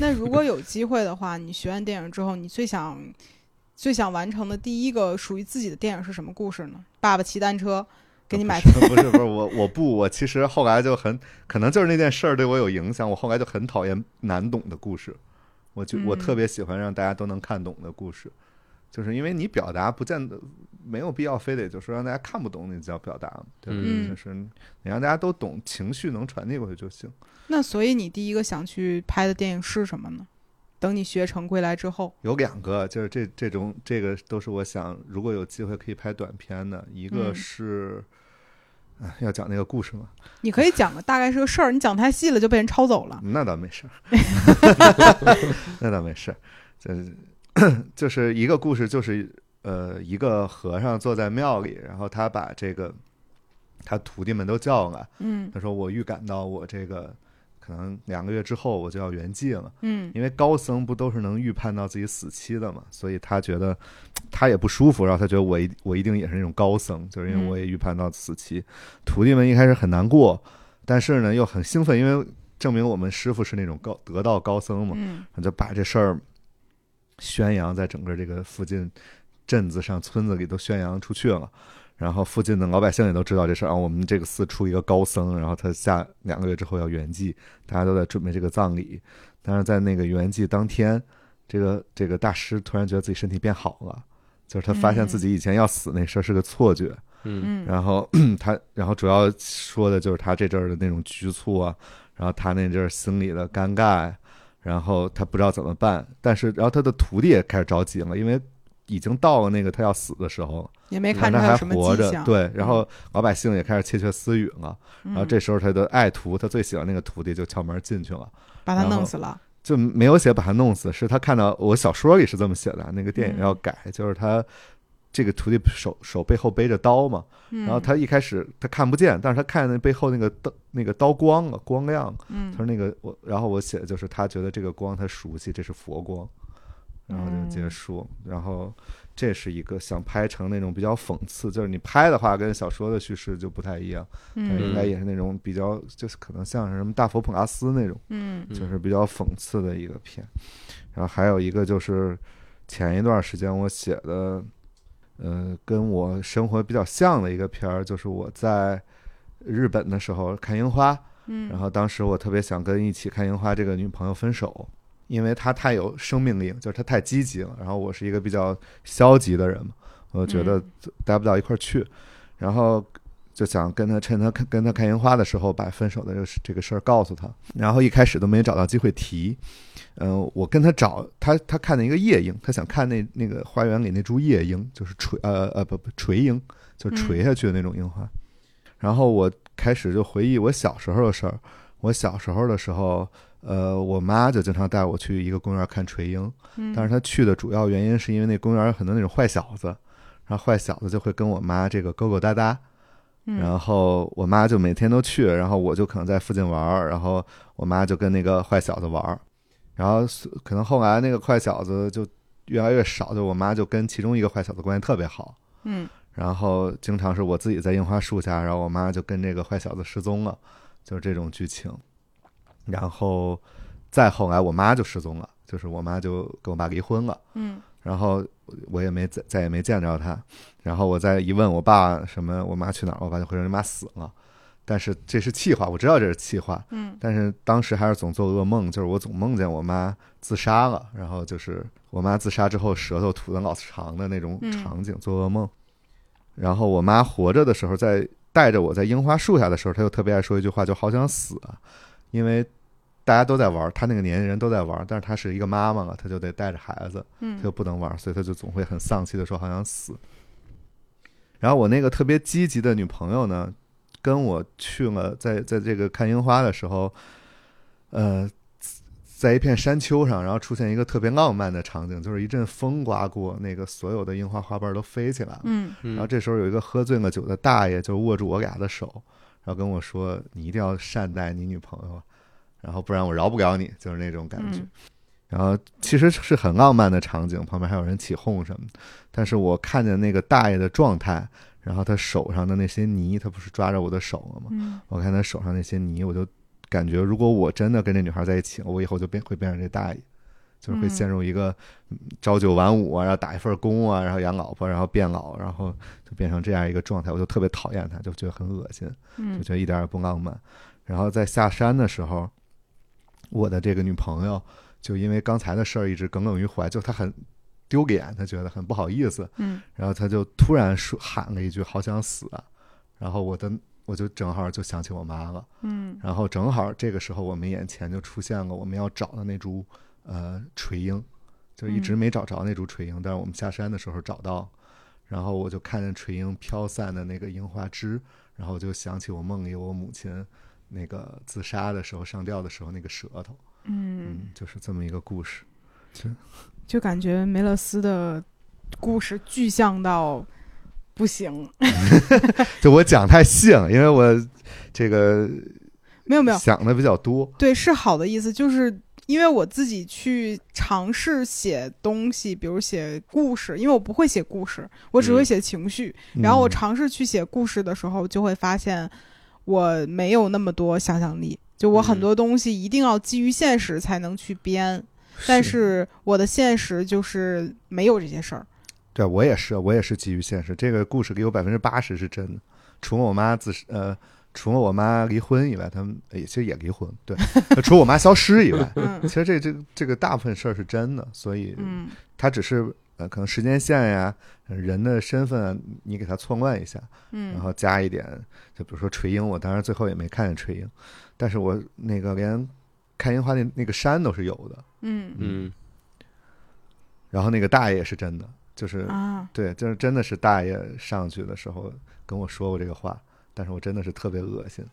[SPEAKER 1] 那如果有机会的话，你学完电影之后，你最想最想完成的第一个属于自己的电影是什么故事呢？爸爸骑单车 给你买
[SPEAKER 2] 啊不是不是不是我我不我其实后来就很可能就是那件事儿对我有影响，我后来就很讨厌难懂的故事，我就我
[SPEAKER 1] 嗯
[SPEAKER 2] 特别喜欢让大家都能看懂的故事，就是因为你表达不见得没有必要非得就是让大家看不懂，你叫表达嘛，对吧？
[SPEAKER 1] 嗯
[SPEAKER 2] 就是你让大家都懂情绪能传递过去就行。
[SPEAKER 1] 那所以你第一个想去拍的电影是什么呢？等你学成归来之后，
[SPEAKER 2] 有两个，就是这这种这个都是我想，如果有机会可以拍短片的，一个
[SPEAKER 1] 嗯
[SPEAKER 2] 是，哎要讲那个故事嘛，
[SPEAKER 1] 你可以讲个大概是个事儿，你讲太细了就被人抄走了。
[SPEAKER 2] 那倒没事儿，那倒没事儿，就是就是 一个故事，就是呃，一个和尚坐在庙里，然后他把这个他徒弟们都叫来，
[SPEAKER 1] 嗯
[SPEAKER 2] 他说我预感到我这个可能两个月之后我就要圆寂了。
[SPEAKER 1] 嗯
[SPEAKER 2] 因为高僧不都是能预判到自己死期的嘛，所以他觉得他也不舒服，然后他觉得我一我一定也是那种高僧，就是因为
[SPEAKER 1] 嗯
[SPEAKER 2] 我也预判到死期。徒弟们一开始很难过，但是呢又很兴奋，因为证明我们师傅是那种高得道高僧嘛，
[SPEAKER 1] 嗯
[SPEAKER 2] 就把这事儿宣扬在整个这个附近镇子上、村子里都宣扬出去了。然后附近的老百姓也都知道这事儿啊，我们这个寺出一个高僧，然后他下两个月之后要圆寂，大家都在准备这个葬礼。但是在那个圆寂当天，这个这个大师突然觉得自己身体变好了，就是他发现自己以前要死那事儿是个错觉，
[SPEAKER 3] 嗯
[SPEAKER 1] 嗯
[SPEAKER 2] 然后 他，然后主要说的就是他这阵儿的那种局促啊，然后他那阵儿心里的尴尬，然后他不知道怎么办。但是，然后他的徒弟也开始着急了，因为已经到了那个他要死的时候了，
[SPEAKER 1] 也没看
[SPEAKER 2] 但
[SPEAKER 1] 出他
[SPEAKER 2] 他
[SPEAKER 1] 有
[SPEAKER 2] 嗯还
[SPEAKER 1] 什
[SPEAKER 2] 活
[SPEAKER 1] 么迹
[SPEAKER 2] 着。
[SPEAKER 1] 象。
[SPEAKER 2] 对，然后老百姓也开始窃窃私语了。
[SPEAKER 1] 嗯，
[SPEAKER 2] 然后这时候他的爱徒，他最喜欢那个徒弟就敲门进去了，
[SPEAKER 1] 把他
[SPEAKER 2] 然后
[SPEAKER 1] 弄死了。
[SPEAKER 2] 就没有写把他弄死，是他看到我小说里是这么写的，那个
[SPEAKER 1] 嗯
[SPEAKER 2] 电影要改，就是他这个徒弟手手背后背着刀嘛，
[SPEAKER 1] 然
[SPEAKER 2] 然后，他一开始他看不见，但是他看那背后那个刀那个刀光了，光亮了。
[SPEAKER 1] 嗯
[SPEAKER 2] 他说那个我，然后我写的就是他觉得这个光他熟悉，这是佛光，然后就结束。然后这是一个想拍成那种比较讽刺，就是你拍的话跟小说的叙事就不太一样，但
[SPEAKER 1] 嗯
[SPEAKER 2] 应该也是那种比较就是可能像是什么大佛普拉斯那种，
[SPEAKER 1] 嗯
[SPEAKER 2] 就是比较讽刺的一个片。然后还有一个就是前一段时间我写的，呃，跟我生活比较像的一个片儿，就是我在日本的时候看樱花。
[SPEAKER 1] 嗯，
[SPEAKER 2] 然后当时我特别想跟一起看樱花这个女朋友分手，因为她太有生命力，就是她太积极了。然后我是一个比较消极的人嘛，我觉得
[SPEAKER 1] 嗯
[SPEAKER 2] 待不到一块儿去，然后就想跟她趁她看跟她看樱花的时候，把分手的这个事这个事儿告诉她。然后一开始都没找到机会提，嗯、我跟她找她，她看了一个夜樱，她想看那那个花园里那株夜樱，就是垂呃呃不不垂樱，就是垂下去的那种樱花。然后我开始就回忆我小时候的事儿。我小时候的时候，呃，我妈就经常带我去一个公园看垂樱，
[SPEAKER 1] 嗯
[SPEAKER 2] 但是她去的主要原因是因为那公园有很多那种坏小子，然后坏小子就会跟我妈这个勾勾搭搭，
[SPEAKER 1] 嗯
[SPEAKER 2] 然后我妈就每天都去，然后我就可能在附近玩儿，然后我妈就呃跟那个坏小子玩儿，然后是可能后来那个坏小子就越来越少，就我妈就跟其中一个坏小子关系特别好，
[SPEAKER 1] 嗯
[SPEAKER 2] 然后经常是我自己在樱花树下，然后我妈就跟这个坏小子失踪了，就是这种剧情。然后再后来，我妈就失踪了，就是我妈就跟我爸离婚了，
[SPEAKER 1] 嗯
[SPEAKER 2] 然后我也没再再也没见着她。然后我再一问我爸什么，我妈去哪儿，我爸就会说你妈死了。但是这是气话，我知道这是气话，
[SPEAKER 1] 嗯
[SPEAKER 2] 但是当时还是总做噩梦，就是我总梦见我妈自杀了，然后就是我妈自杀之后舌头吐的老长的那种
[SPEAKER 1] 嗯
[SPEAKER 2] 场景，做噩梦。然后我妈活着的时候，在带着我在樱花树下的时候，她又特别爱说一句话，就好想死啊，因为大家都在玩，她那个年纪人都在玩，但是她是一个妈妈了，她就得带着孩子，
[SPEAKER 1] 嗯
[SPEAKER 2] 他就不能玩儿，所以他就总会很丧气的说好想死。然后我那个特别积极的女朋友呢，跟我去了在在这个看樱花的时候，呃，在一片山丘上，然后出现一个特别浪漫的场景，就是一阵风刮过，那个所有的樱花花瓣都飞起来了。
[SPEAKER 1] 嗯
[SPEAKER 2] 然后
[SPEAKER 3] 嗯
[SPEAKER 2] 这时候有一个喝醉了酒的大爷就握住我俩的手，然后跟我说：“你一定要善待你女朋友，然后不然我饶不了你。”就是那种感觉。
[SPEAKER 1] 嗯
[SPEAKER 2] 然后其实是很浪漫的场景，旁边还有人起哄什么的。但是我看见那个大爷的状态，然后他手上的那些泥，他不是抓着我的手了吗？
[SPEAKER 1] 嗯
[SPEAKER 2] 我看他手上那些泥，我就感觉，如果我真的跟这女孩在一起，我以后就变会变成这大爷，就是会
[SPEAKER 1] 嗯
[SPEAKER 2] 陷入一个嗯朝九晚五啊，然后打一份工啊，然后养老婆，然后变老，然后就变成这样一个状态，我就特别讨厌他，就觉得很恶心，就
[SPEAKER 1] 嗯
[SPEAKER 2] 觉得一点儿也不浪漫。然后在下山的时候，我的这个女朋友就因为刚才的事儿一直耿耿于怀，就她很丢脸，她觉得很不好意思，
[SPEAKER 1] 嗯
[SPEAKER 2] 然后他就突然说喊了一句“好想死啊”，然后我的我就正好就想起我妈了，
[SPEAKER 1] 嗯
[SPEAKER 2] 然后正好这个时候我们眼前就出现了我们要找的那株呃垂樱，就一直
[SPEAKER 1] 嗯
[SPEAKER 2] 没找着那株垂樱，但是我们下山的时候找到，然后我就看见垂樱飘散的那个樱花枝，然后我就想起我梦里我母亲那个自杀的时候上吊的时候那个舌头，
[SPEAKER 1] 嗯，
[SPEAKER 2] 嗯，就是这么一个故事。
[SPEAKER 1] 就感觉梅勒斯的故事具象到不行，
[SPEAKER 2] 就我讲太细了，因为我这个
[SPEAKER 1] 没有没有，
[SPEAKER 2] 想的比较多。
[SPEAKER 1] 对，是好的意思，就是因为我自己去尝试写东西，比如写故事，因为我不会写故事，我只会
[SPEAKER 3] 嗯
[SPEAKER 1] 写情绪。然后我尝试去写故事的时候，就会发现我没有那么多想象力，就我很
[SPEAKER 3] 嗯
[SPEAKER 1] 多东西一定要基于现实才能去编，但嗯是我的现实就是没有这些事儿。
[SPEAKER 2] 对我也是，我也是基于现实。这个故事里有百分之八十是真的，除了我妈自呃，除了我妈离婚以外，他们呃也其实也离婚，对， 除了我妈消失以外，
[SPEAKER 1] 嗯
[SPEAKER 2] 其实这这个这个大部分事儿是真的，所以
[SPEAKER 1] 嗯
[SPEAKER 2] 它只是呃可能时间线呀、呃人的身份啊，你给它错乱一下， 然
[SPEAKER 1] 嗯
[SPEAKER 2] 后加一点，就比如说垂樱，我当然最后也没看见垂樱，但是我那个连看樱花那那个山都是有的，
[SPEAKER 1] 嗯
[SPEAKER 3] 嗯
[SPEAKER 2] 然后那个大爷也是真的，就是
[SPEAKER 1] 啊，
[SPEAKER 2] 对，就是真的是大爷上去的时候跟我说过这个话，但是我真的是特别恶心。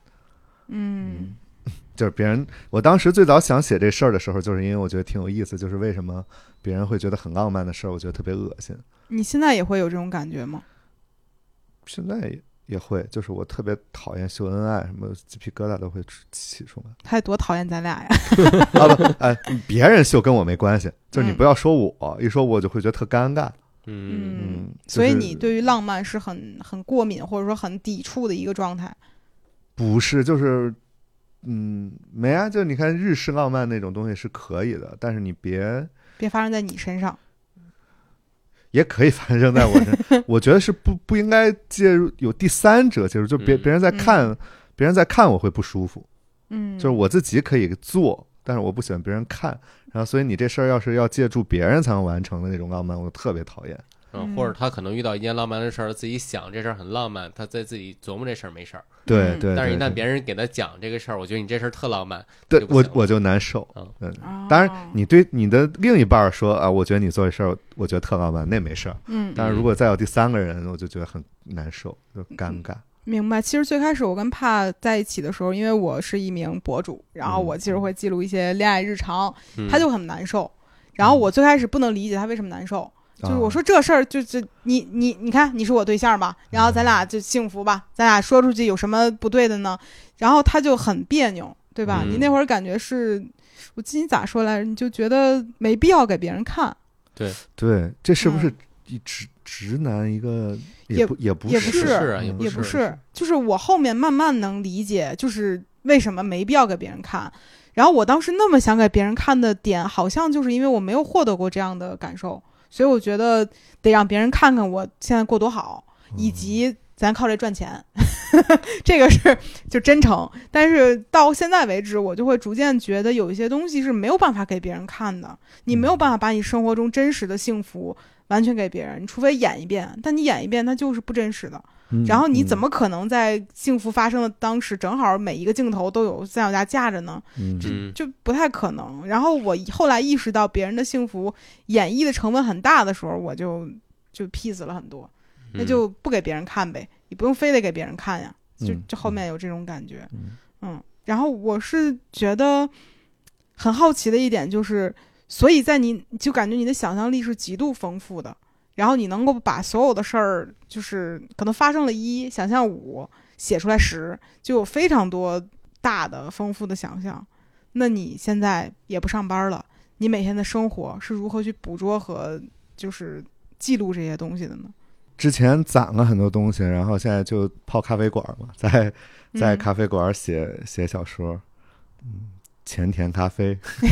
[SPEAKER 1] 嗯
[SPEAKER 2] 就是别人，我当时最早想写这事儿的时候，就是因为我觉得挺有意思，就是为什么别人会觉得很浪漫的事儿，我觉得特别恶心。
[SPEAKER 1] 你现在也会有这种感觉吗？
[SPEAKER 2] 现在也也会，就是我特别讨厌秀恩爱，什么鸡皮疙瘩都会出起出来
[SPEAKER 1] 他得多讨厌咱俩呀！
[SPEAKER 2] 啊！不，哎，别人秀跟我没关系，就是你
[SPEAKER 1] 嗯
[SPEAKER 2] 不要说我，一说我就会觉得特尴尬。
[SPEAKER 3] 嗯，
[SPEAKER 2] 嗯，
[SPEAKER 1] 所以
[SPEAKER 2] 就是
[SPEAKER 1] 你对于浪漫是很很过敏，或者说很抵触的一个状态。
[SPEAKER 2] 不是，就是，嗯，没啊，就你看日式浪漫那种东西是可以的，但是你别
[SPEAKER 1] 别发生在你身上，
[SPEAKER 2] 也可以发生在我身， 我觉得是不不应该介入有第三者介入，就别
[SPEAKER 3] 嗯
[SPEAKER 2] 别人在
[SPEAKER 1] 嗯
[SPEAKER 2] 看，别人在看我会不舒服，
[SPEAKER 1] 嗯，
[SPEAKER 2] 就是我自己可以做，但是我不喜欢别人看，然后所以你这事儿要是要借助别人才能完成的那种浪漫，我特别讨厌。
[SPEAKER 3] 嗯，或者他可能遇到一件浪漫的事儿，自己想这事儿很浪漫，他在自己琢磨这事儿没事儿，
[SPEAKER 2] 对
[SPEAKER 1] 嗯
[SPEAKER 2] 对，
[SPEAKER 3] 但是一
[SPEAKER 2] 对
[SPEAKER 3] 旦别人给他讲这个事儿，我觉得你这事儿特浪漫，
[SPEAKER 2] 对
[SPEAKER 3] 就不
[SPEAKER 2] 我
[SPEAKER 3] 行
[SPEAKER 2] 我就难受
[SPEAKER 3] 嗯。
[SPEAKER 2] 嗯，
[SPEAKER 1] 啊
[SPEAKER 2] 当然，你对你的另一半儿说啊，我觉得你做这事儿，我觉得特浪漫，那没事儿。
[SPEAKER 1] 嗯，
[SPEAKER 2] 但是如果再有第三个人，我就觉得很难受，就尴尬。
[SPEAKER 1] 明白。其实最开始我跟帕在一起的时候，因为我是一名博主，然后
[SPEAKER 2] 嗯
[SPEAKER 1] 我其实会记录一些恋爱日常，
[SPEAKER 3] 嗯
[SPEAKER 1] 他就很难受。然后我最开始不能理解他为什么难受，就是我
[SPEAKER 2] 啊
[SPEAKER 1] 说这事儿就就你你你看你是我对象吧，然后咱俩就幸福吧，咱俩说出去有什么不对的呢？然后他就很别扭，对吧？
[SPEAKER 3] 嗯
[SPEAKER 1] 你那会儿感觉是，我记你咋说来着？你就觉得没必要给别人看，
[SPEAKER 2] 啊对，这是不是
[SPEAKER 1] 嗯
[SPEAKER 2] 一直直男一个
[SPEAKER 1] 也
[SPEAKER 2] 不也不
[SPEAKER 1] 也
[SPEAKER 2] 是
[SPEAKER 1] 不是
[SPEAKER 3] 啊也
[SPEAKER 2] 嗯
[SPEAKER 1] 也
[SPEAKER 3] 不
[SPEAKER 1] 不是，就是我后面慢慢能理解，就是为什么没必要给别人看。然后我当时那么想给别人看的点，好像就是因为我没有获得过这样的感受，所以我觉得得让别人看看我现在过多好，以及咱靠这赚钱， 这个是就真诚。但是到现在为止，我就会逐渐觉得有一些东西是没有办法给别人看的，你没有办法把你生活中真实的幸福完全给别人，除非演一遍，但你演一遍它就是不真实的。
[SPEAKER 2] 嗯
[SPEAKER 1] 然后你怎
[SPEAKER 2] 嗯
[SPEAKER 1] 么可能在幸福发生的当时，正好每一个镜头都有三脚架架着呢？
[SPEAKER 2] 嗯
[SPEAKER 3] 嗯
[SPEAKER 1] 就不太可能。然后我后来意识到别人的幸福演绎的成分很大的时候，我就就 peace 了很多，
[SPEAKER 2] 嗯
[SPEAKER 1] 那
[SPEAKER 3] 嗯
[SPEAKER 1] 就不给别人看呗，你不用非得给别人看呀。就
[SPEAKER 2] 嗯
[SPEAKER 1] 就后面有这种感觉，
[SPEAKER 2] 嗯
[SPEAKER 1] 嗯。然后我是觉得很好奇的一点就是，所以在你就感觉你的想象力是极度丰富的，然后你能够把所有的事儿，就是可能发生了一，想象五，写出来十，就有非常多大的丰富的想象。那你现在也不上班了，你每天的生活是如何去捕捉和就是记录这些东西的呢？
[SPEAKER 2] 之前攒了很多东西，然后现在就泡咖啡馆嘛， 在在
[SPEAKER 1] 嗯
[SPEAKER 2] 咖啡馆写、写小说，嗯，前田咖啡。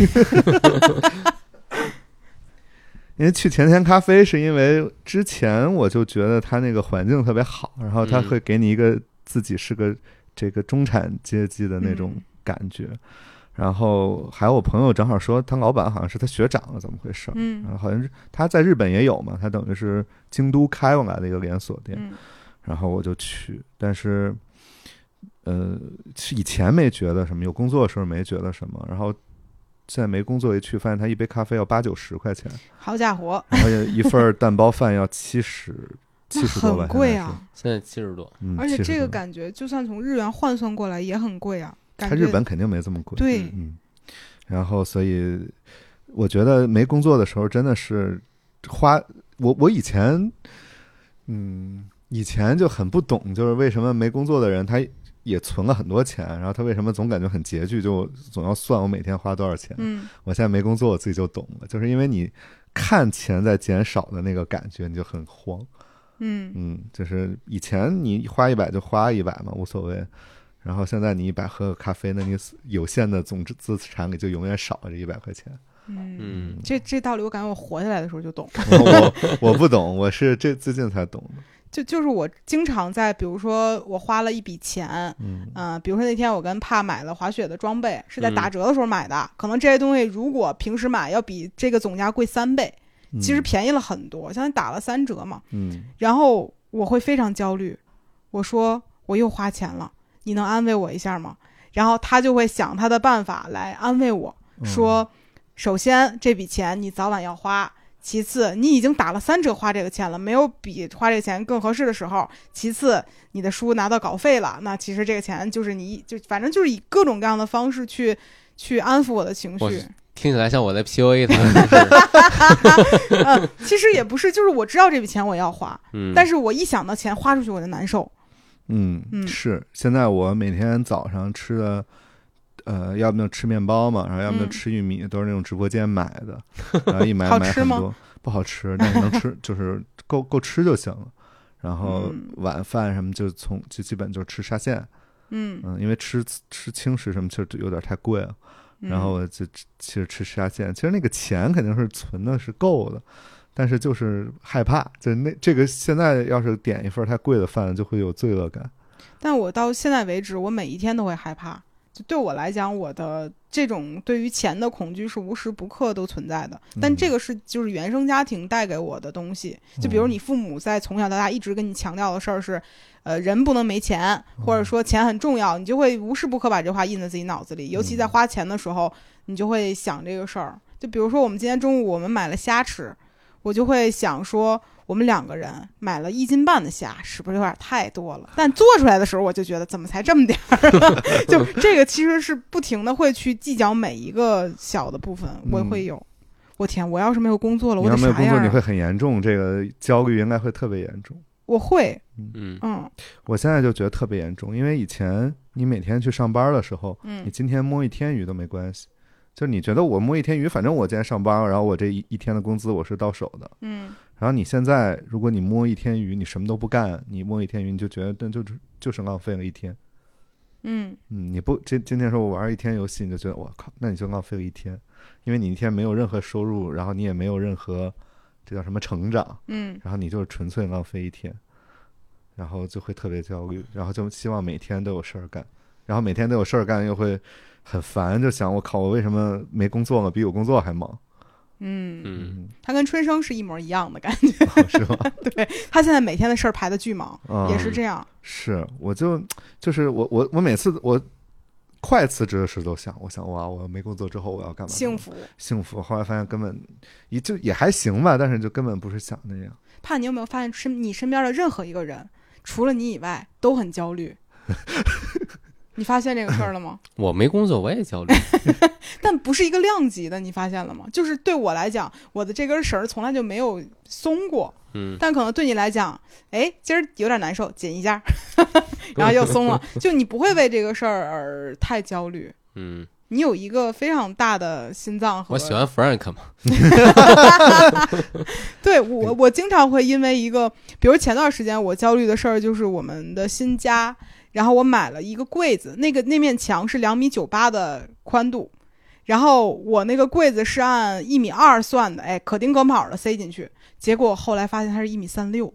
[SPEAKER 2] 因为去前田咖啡是因为之前我就觉得它那个环境特别好，然后它
[SPEAKER 3] 嗯
[SPEAKER 2] 会给你一个自己是个这个中产阶级的那种
[SPEAKER 1] 嗯
[SPEAKER 2] 感觉。然后还有我朋友正好说，他老板好像是他学长了，怎么回事儿？
[SPEAKER 1] 嗯
[SPEAKER 2] 啊然后好像是他在日本也有嘛，他等于是京都开过来的一个连锁店，
[SPEAKER 1] 嗯
[SPEAKER 2] 然后我就去，但是，呃，是以前没觉得什么，有工作的时候没觉得什么，然后现在没工作一去，发现他一杯咖啡要八九十块钱，
[SPEAKER 1] 好家伙，
[SPEAKER 2] 然后一份儿 蛋包饭要七十七
[SPEAKER 1] 那
[SPEAKER 2] 十多吧，
[SPEAKER 1] 很贵
[SPEAKER 2] 现在是
[SPEAKER 1] 啊！
[SPEAKER 3] 现在七十多，
[SPEAKER 2] 嗯，
[SPEAKER 1] 而且
[SPEAKER 2] 70
[SPEAKER 1] 这
[SPEAKER 2] 多
[SPEAKER 1] 个感觉，就算从日元换算过来也很贵啊。感
[SPEAKER 2] 他
[SPEAKER 1] 觉
[SPEAKER 2] 日本肯定没这么贵，
[SPEAKER 1] 对，
[SPEAKER 2] 嗯，然后所以我觉得没工作的时候真的是花我我以前嗯以前就很不懂，就是为什么没工作的人他也存了很多钱，然后他为什么总感觉很拮据，就总要算我每天花多少钱。
[SPEAKER 1] 嗯
[SPEAKER 2] 我现在没工作，我自己就懂了，就是因为你看钱在减少的那个感觉，你就很慌。
[SPEAKER 1] 嗯
[SPEAKER 2] 嗯，就是以前你花一百就花一百嘛，无所谓。然后现在你一百喝个咖啡，那你有限的总资资产里就永远少了这一百块钱。
[SPEAKER 1] 嗯，
[SPEAKER 3] 嗯，
[SPEAKER 1] 这这道理我感觉我活下来的时候就懂。
[SPEAKER 2] 我我不懂，我是这最近才懂的。
[SPEAKER 1] 就就是我经常在，比如说我花了一笔钱，
[SPEAKER 2] 嗯
[SPEAKER 1] 嗯、比如说那天我跟帕买了滑雪的装备，是在
[SPEAKER 3] 嗯
[SPEAKER 1] 打折的时候买的，可能这些东西如果平时买要比这个总价贵三倍，其实便宜了很多，相当于打了三折嘛。
[SPEAKER 2] 嗯
[SPEAKER 1] 然后我会非常焦虑，我说我又花钱了，你能安慰我一下吗？然后他就会想他的办法来安慰我，
[SPEAKER 2] 嗯
[SPEAKER 1] 说，首先这笔钱你早晚要花，其次，你已经打了三折花这个钱了，没有比花这个钱更合适的时候。其次，你的书拿到稿费了，那其实这个钱就是你就反正就是以各种各样的方式去去安抚我的情
[SPEAKER 3] 我
[SPEAKER 1] 绪。
[SPEAKER 3] 听起来像我在 PUA 他，就是
[SPEAKER 1] 嗯，其实也不是，就是我知道这笔钱我要花，
[SPEAKER 3] 嗯，
[SPEAKER 1] 但
[SPEAKER 3] 是
[SPEAKER 1] 是我一想到钱花出去我就难受。
[SPEAKER 2] 嗯，
[SPEAKER 1] 嗯
[SPEAKER 2] 是。现在我每天早上吃的，呃，要么就吃面包嘛，然后要么就
[SPEAKER 1] 嗯
[SPEAKER 2] 吃玉米，都是那种直播间买 的，然后一买
[SPEAKER 1] 好
[SPEAKER 2] 买
[SPEAKER 1] 吃
[SPEAKER 2] 很
[SPEAKER 1] 吗
[SPEAKER 2] 多，不好吃，但是能吃，就是够够吃就行了。然后
[SPEAKER 1] 嗯
[SPEAKER 2] 晚饭什么就从就基本就吃沙县，
[SPEAKER 1] 嗯，
[SPEAKER 2] 嗯，因为吃吃轻食什么其实有点太贵了，
[SPEAKER 1] 嗯
[SPEAKER 2] 然后我就吃其实吃沙县，其实那个钱肯定是存的是够的，但是就是害怕，就是那这个现在要是点一份太贵的饭，就会有罪恶感。
[SPEAKER 1] 但我到现在为止，我每一天都会害怕。就对我来讲，我的这种对于钱的恐惧是无时不刻都存在的。但
[SPEAKER 2] 嗯
[SPEAKER 1] 这个是就是原生家庭带给我的东西。就比如你父母在从小到大一直跟你强调的事儿是，呃，人不能没钱，或者说钱很重要，你就会无时不刻把这话印在自己脑子里。尤其在花钱的时候，你就会想这个事儿。就比如说我们今天中午我们买了虾吃，我就会想说，我们两个人买了一斤半的虾，是不是有点太多了？但做出来的时候，我就觉得怎么才这么点儿 啊？就这个其实是不停的会去计较每一个小的部分，我
[SPEAKER 2] 嗯
[SPEAKER 1] 会有。我天，我要是没有工作了，
[SPEAKER 2] 你
[SPEAKER 1] 我
[SPEAKER 2] 要
[SPEAKER 1] 得啥
[SPEAKER 2] 没有
[SPEAKER 1] 样
[SPEAKER 2] 工作，
[SPEAKER 1] 啊？
[SPEAKER 2] 你会很严重，这个焦虑应该会特别严重。
[SPEAKER 1] 我会，
[SPEAKER 3] 嗯，
[SPEAKER 1] 嗯
[SPEAKER 2] 我现在就觉得特别严重，因为以前你每天去上班的时候，
[SPEAKER 1] 嗯
[SPEAKER 2] 你今天摸一天鱼都没关系，就是你觉得我摸一天鱼，反正我今天上班，然后我这一一天的工资我是到手的。
[SPEAKER 1] 嗯
[SPEAKER 2] 然后你现在，如果你摸一天鱼，你什么都不干，你摸一天鱼，你就觉得那就是就是浪费了一天。
[SPEAKER 1] 嗯，
[SPEAKER 2] 嗯，你不今今天说我玩一天游戏，你就觉得我靠，那你就浪费了一天，因为你一天没有任何收入，然后你也没有任何这叫什么成长，
[SPEAKER 1] 嗯，
[SPEAKER 2] 然后你就是纯粹浪费一天，然后就会特别焦虑，然后就希望每天都有事儿干，然后每天都有事儿干又会很烦，就想我靠，我为什么没工作了，比我工作还忙？
[SPEAKER 1] 嗯，
[SPEAKER 3] 嗯，
[SPEAKER 1] 他跟春生是一模一样的感觉，
[SPEAKER 2] 嗯是吗？
[SPEAKER 1] 他现在每天的事儿排的巨忙，
[SPEAKER 2] 嗯、
[SPEAKER 1] 也是这样。
[SPEAKER 2] 是，我就就是我我我每次我快辞职的时候都想，我想哇，我没工作之后我要干嘛？
[SPEAKER 1] 幸福，
[SPEAKER 2] 幸福。后来发现根本也就也还行吧，但是就根本不是想那样。
[SPEAKER 1] 怕你有没有发现身你身边的任何一个人，除了你以外都很焦虑。 你发现这个事儿了吗？
[SPEAKER 3] 我没工作我也焦虑，
[SPEAKER 1] 但不是一个量级的，你发现了吗？就是对我来讲，我的这根绳儿从来就没有松过，
[SPEAKER 3] 嗯，
[SPEAKER 1] 但可能对你来讲，哎，今儿有点难受，紧一下， 然后又松 了。就你不会为这个事儿而太焦虑，
[SPEAKER 3] 嗯，
[SPEAKER 1] 你有一个非常大的心脏和
[SPEAKER 3] 我喜欢 Frank 嘛，
[SPEAKER 1] 对
[SPEAKER 2] 嗯
[SPEAKER 1] 我，我经常会因为一个，比如前段时间我焦虑的事儿就是我们的新家，然后我买了一个柜子，那个那面墙是两米九八的宽度，然后我那个柜子是按一米二算的，哎，可丁可卯的塞进去，结果后来发现它是一米三 六。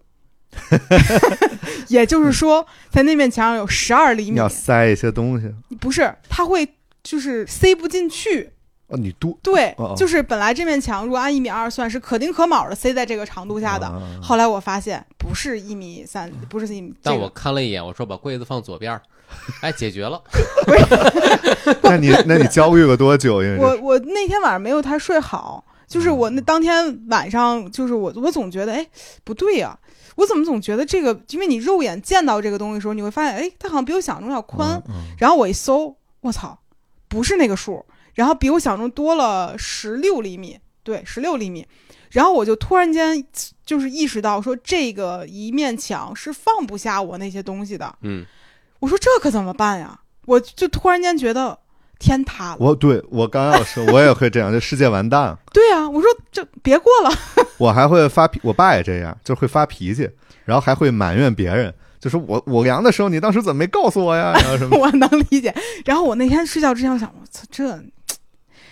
[SPEAKER 1] 也就是说，在那面墙上有十二厘
[SPEAKER 2] 你
[SPEAKER 1] 米
[SPEAKER 2] 嗯要，塞一些东西
[SPEAKER 1] 不是，它会就是塞不进去，
[SPEAKER 2] 哦，你多
[SPEAKER 1] 对，
[SPEAKER 2] 哦哦
[SPEAKER 1] 就是本来这面墙如果按一米二算是可丁可卯的塞在这个长度下的，
[SPEAKER 2] 啊
[SPEAKER 1] 后来我发现不是一米三，不是一米，
[SPEAKER 3] 嗯但
[SPEAKER 1] 这
[SPEAKER 3] 我
[SPEAKER 1] 个
[SPEAKER 3] 看了一眼，我说把柜子放左边儿，哎，解决了，
[SPEAKER 2] 那你那你焦虑了多久？因为这
[SPEAKER 1] 我我那天晚上没有太睡好，就是
[SPEAKER 3] 嗯
[SPEAKER 1] 我那当天晚上就是我我总觉得哎不对呀、我怎么总觉得这个，因为你肉眼见到这个东西的时候，你会发现哎它好像比我想象中要宽，
[SPEAKER 2] 嗯嗯
[SPEAKER 1] 然后我一搜，我操，不是那个数，然后比我想象中多了十六厘米，对，十六厘米。然后我就突然间就是意识到，说这个一面墙是放不下我那些东西的。
[SPEAKER 3] 嗯，
[SPEAKER 1] 我说这可怎么办呀？我就突然间觉得天塌了。
[SPEAKER 2] 我对我刚要说，我也会这样，就世界完蛋了。
[SPEAKER 1] 对啊，我说这别过了。
[SPEAKER 2] 我还会发脾，我爸也这样，就会发脾气，然后还会埋怨别人，就说我我量的时候，你当时怎么没告诉我呀？然后什 么？
[SPEAKER 1] 我能理解。然后我那天睡觉之前，我想，我操这，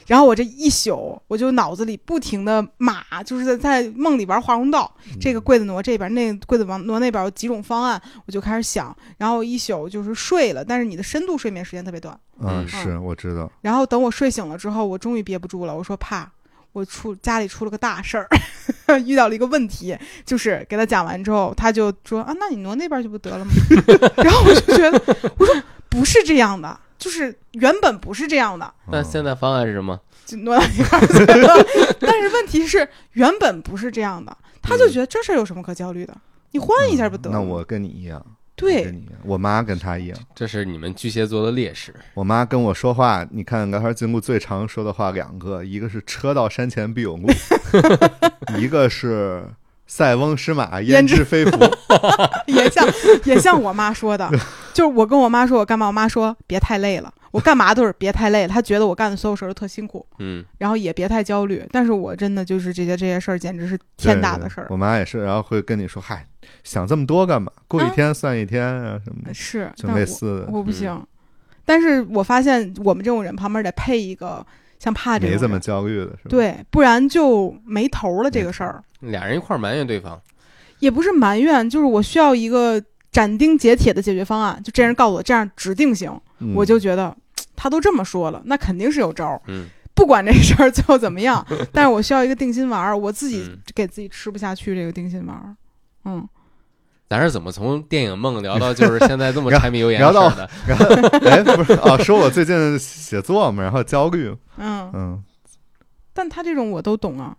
[SPEAKER 1] 然后我这一宿，我就脑子里不停的码，就是在在梦里玩华容道，
[SPEAKER 2] 嗯
[SPEAKER 1] 这个柜子挪这边，那个柜子往挪那边，有几种方案，我就开始想。然后一宿就是睡了，但是你的深度睡眠时间特别短。
[SPEAKER 2] 嗯，
[SPEAKER 3] 嗯
[SPEAKER 1] 哦
[SPEAKER 2] 是我知道，
[SPEAKER 1] 然后等我睡醒了之后，我终于憋不住了，我说怕。我出家里出了个大事儿， 遇到了一个问题，就是给他讲完之后，他就说啊，那你挪那边去不得了吗？ 然后我就觉得，我说不是这样的，就是原本不是这样的。
[SPEAKER 2] 嗯
[SPEAKER 3] 那现在方案是什么？
[SPEAKER 1] 就挪到一块儿去了。 但是问题是，原本不是这样的，他就觉得这事儿有什么可焦虑的？你换一下不得了
[SPEAKER 2] 嗯那
[SPEAKER 1] 吗？
[SPEAKER 2] 我跟你一样，我
[SPEAKER 1] 对
[SPEAKER 2] 跟你一样，我妈跟她一样。
[SPEAKER 3] 这是你们巨蟹座的劣势。
[SPEAKER 2] 我妈跟我说话，你看聊天记录最常说的话两个，一个是“车到山前必有 路”，一个是“塞翁失马，焉知非福
[SPEAKER 1] 也像也像我妈说 的，就是我跟我妈说我干嘛，我妈说别太累了，我干嘛都是别太累了。她觉得我干的所有事儿都特辛苦，
[SPEAKER 3] 嗯，
[SPEAKER 1] 然后也别太焦虑。但是我真的就是这些这些事儿，简直是”。天大的事
[SPEAKER 2] 对
[SPEAKER 1] 儿。
[SPEAKER 2] 我妈也是，然后会跟你说：“嗨，想这么多干嘛？过一天算一天啊，什么的，
[SPEAKER 1] 是，
[SPEAKER 2] 就
[SPEAKER 1] 但
[SPEAKER 2] 类
[SPEAKER 1] 我
[SPEAKER 2] 似的。
[SPEAKER 1] 我不
[SPEAKER 3] 嗯
[SPEAKER 1] 行。但是我发现我们这种人旁边得配一个像怕这
[SPEAKER 2] 没
[SPEAKER 1] 种
[SPEAKER 2] 这
[SPEAKER 1] 人
[SPEAKER 2] 么焦虑的是吧？
[SPEAKER 1] 对，不然就没头了。这
[SPEAKER 2] 没
[SPEAKER 1] 个事儿
[SPEAKER 3] 俩人一块儿埋怨对方，
[SPEAKER 1] 也不是埋怨，就是我需要一个斩钉截铁的解决方案。就这人告诉我这样指定行，
[SPEAKER 2] 嗯
[SPEAKER 1] 我就觉得嘖他都这么说了，那肯定是有招儿。
[SPEAKER 3] 嗯，
[SPEAKER 1] 不管这事儿最后怎么样，但是我需要一个定心丸儿，我自己
[SPEAKER 3] 嗯
[SPEAKER 1] 给自己吃不下去这个定心丸儿。嗯，
[SPEAKER 3] 咱是怎么从电影梦聊到就是现在这么
[SPEAKER 2] 聊
[SPEAKER 3] 柴米油盐
[SPEAKER 2] 聊
[SPEAKER 3] 的事
[SPEAKER 2] 到
[SPEAKER 3] 儿的？
[SPEAKER 2] 然后哎，不是哦，说我最近写作嘛，然后焦虑，
[SPEAKER 1] 嗯，
[SPEAKER 2] 嗯
[SPEAKER 1] 但他这种我都懂啊。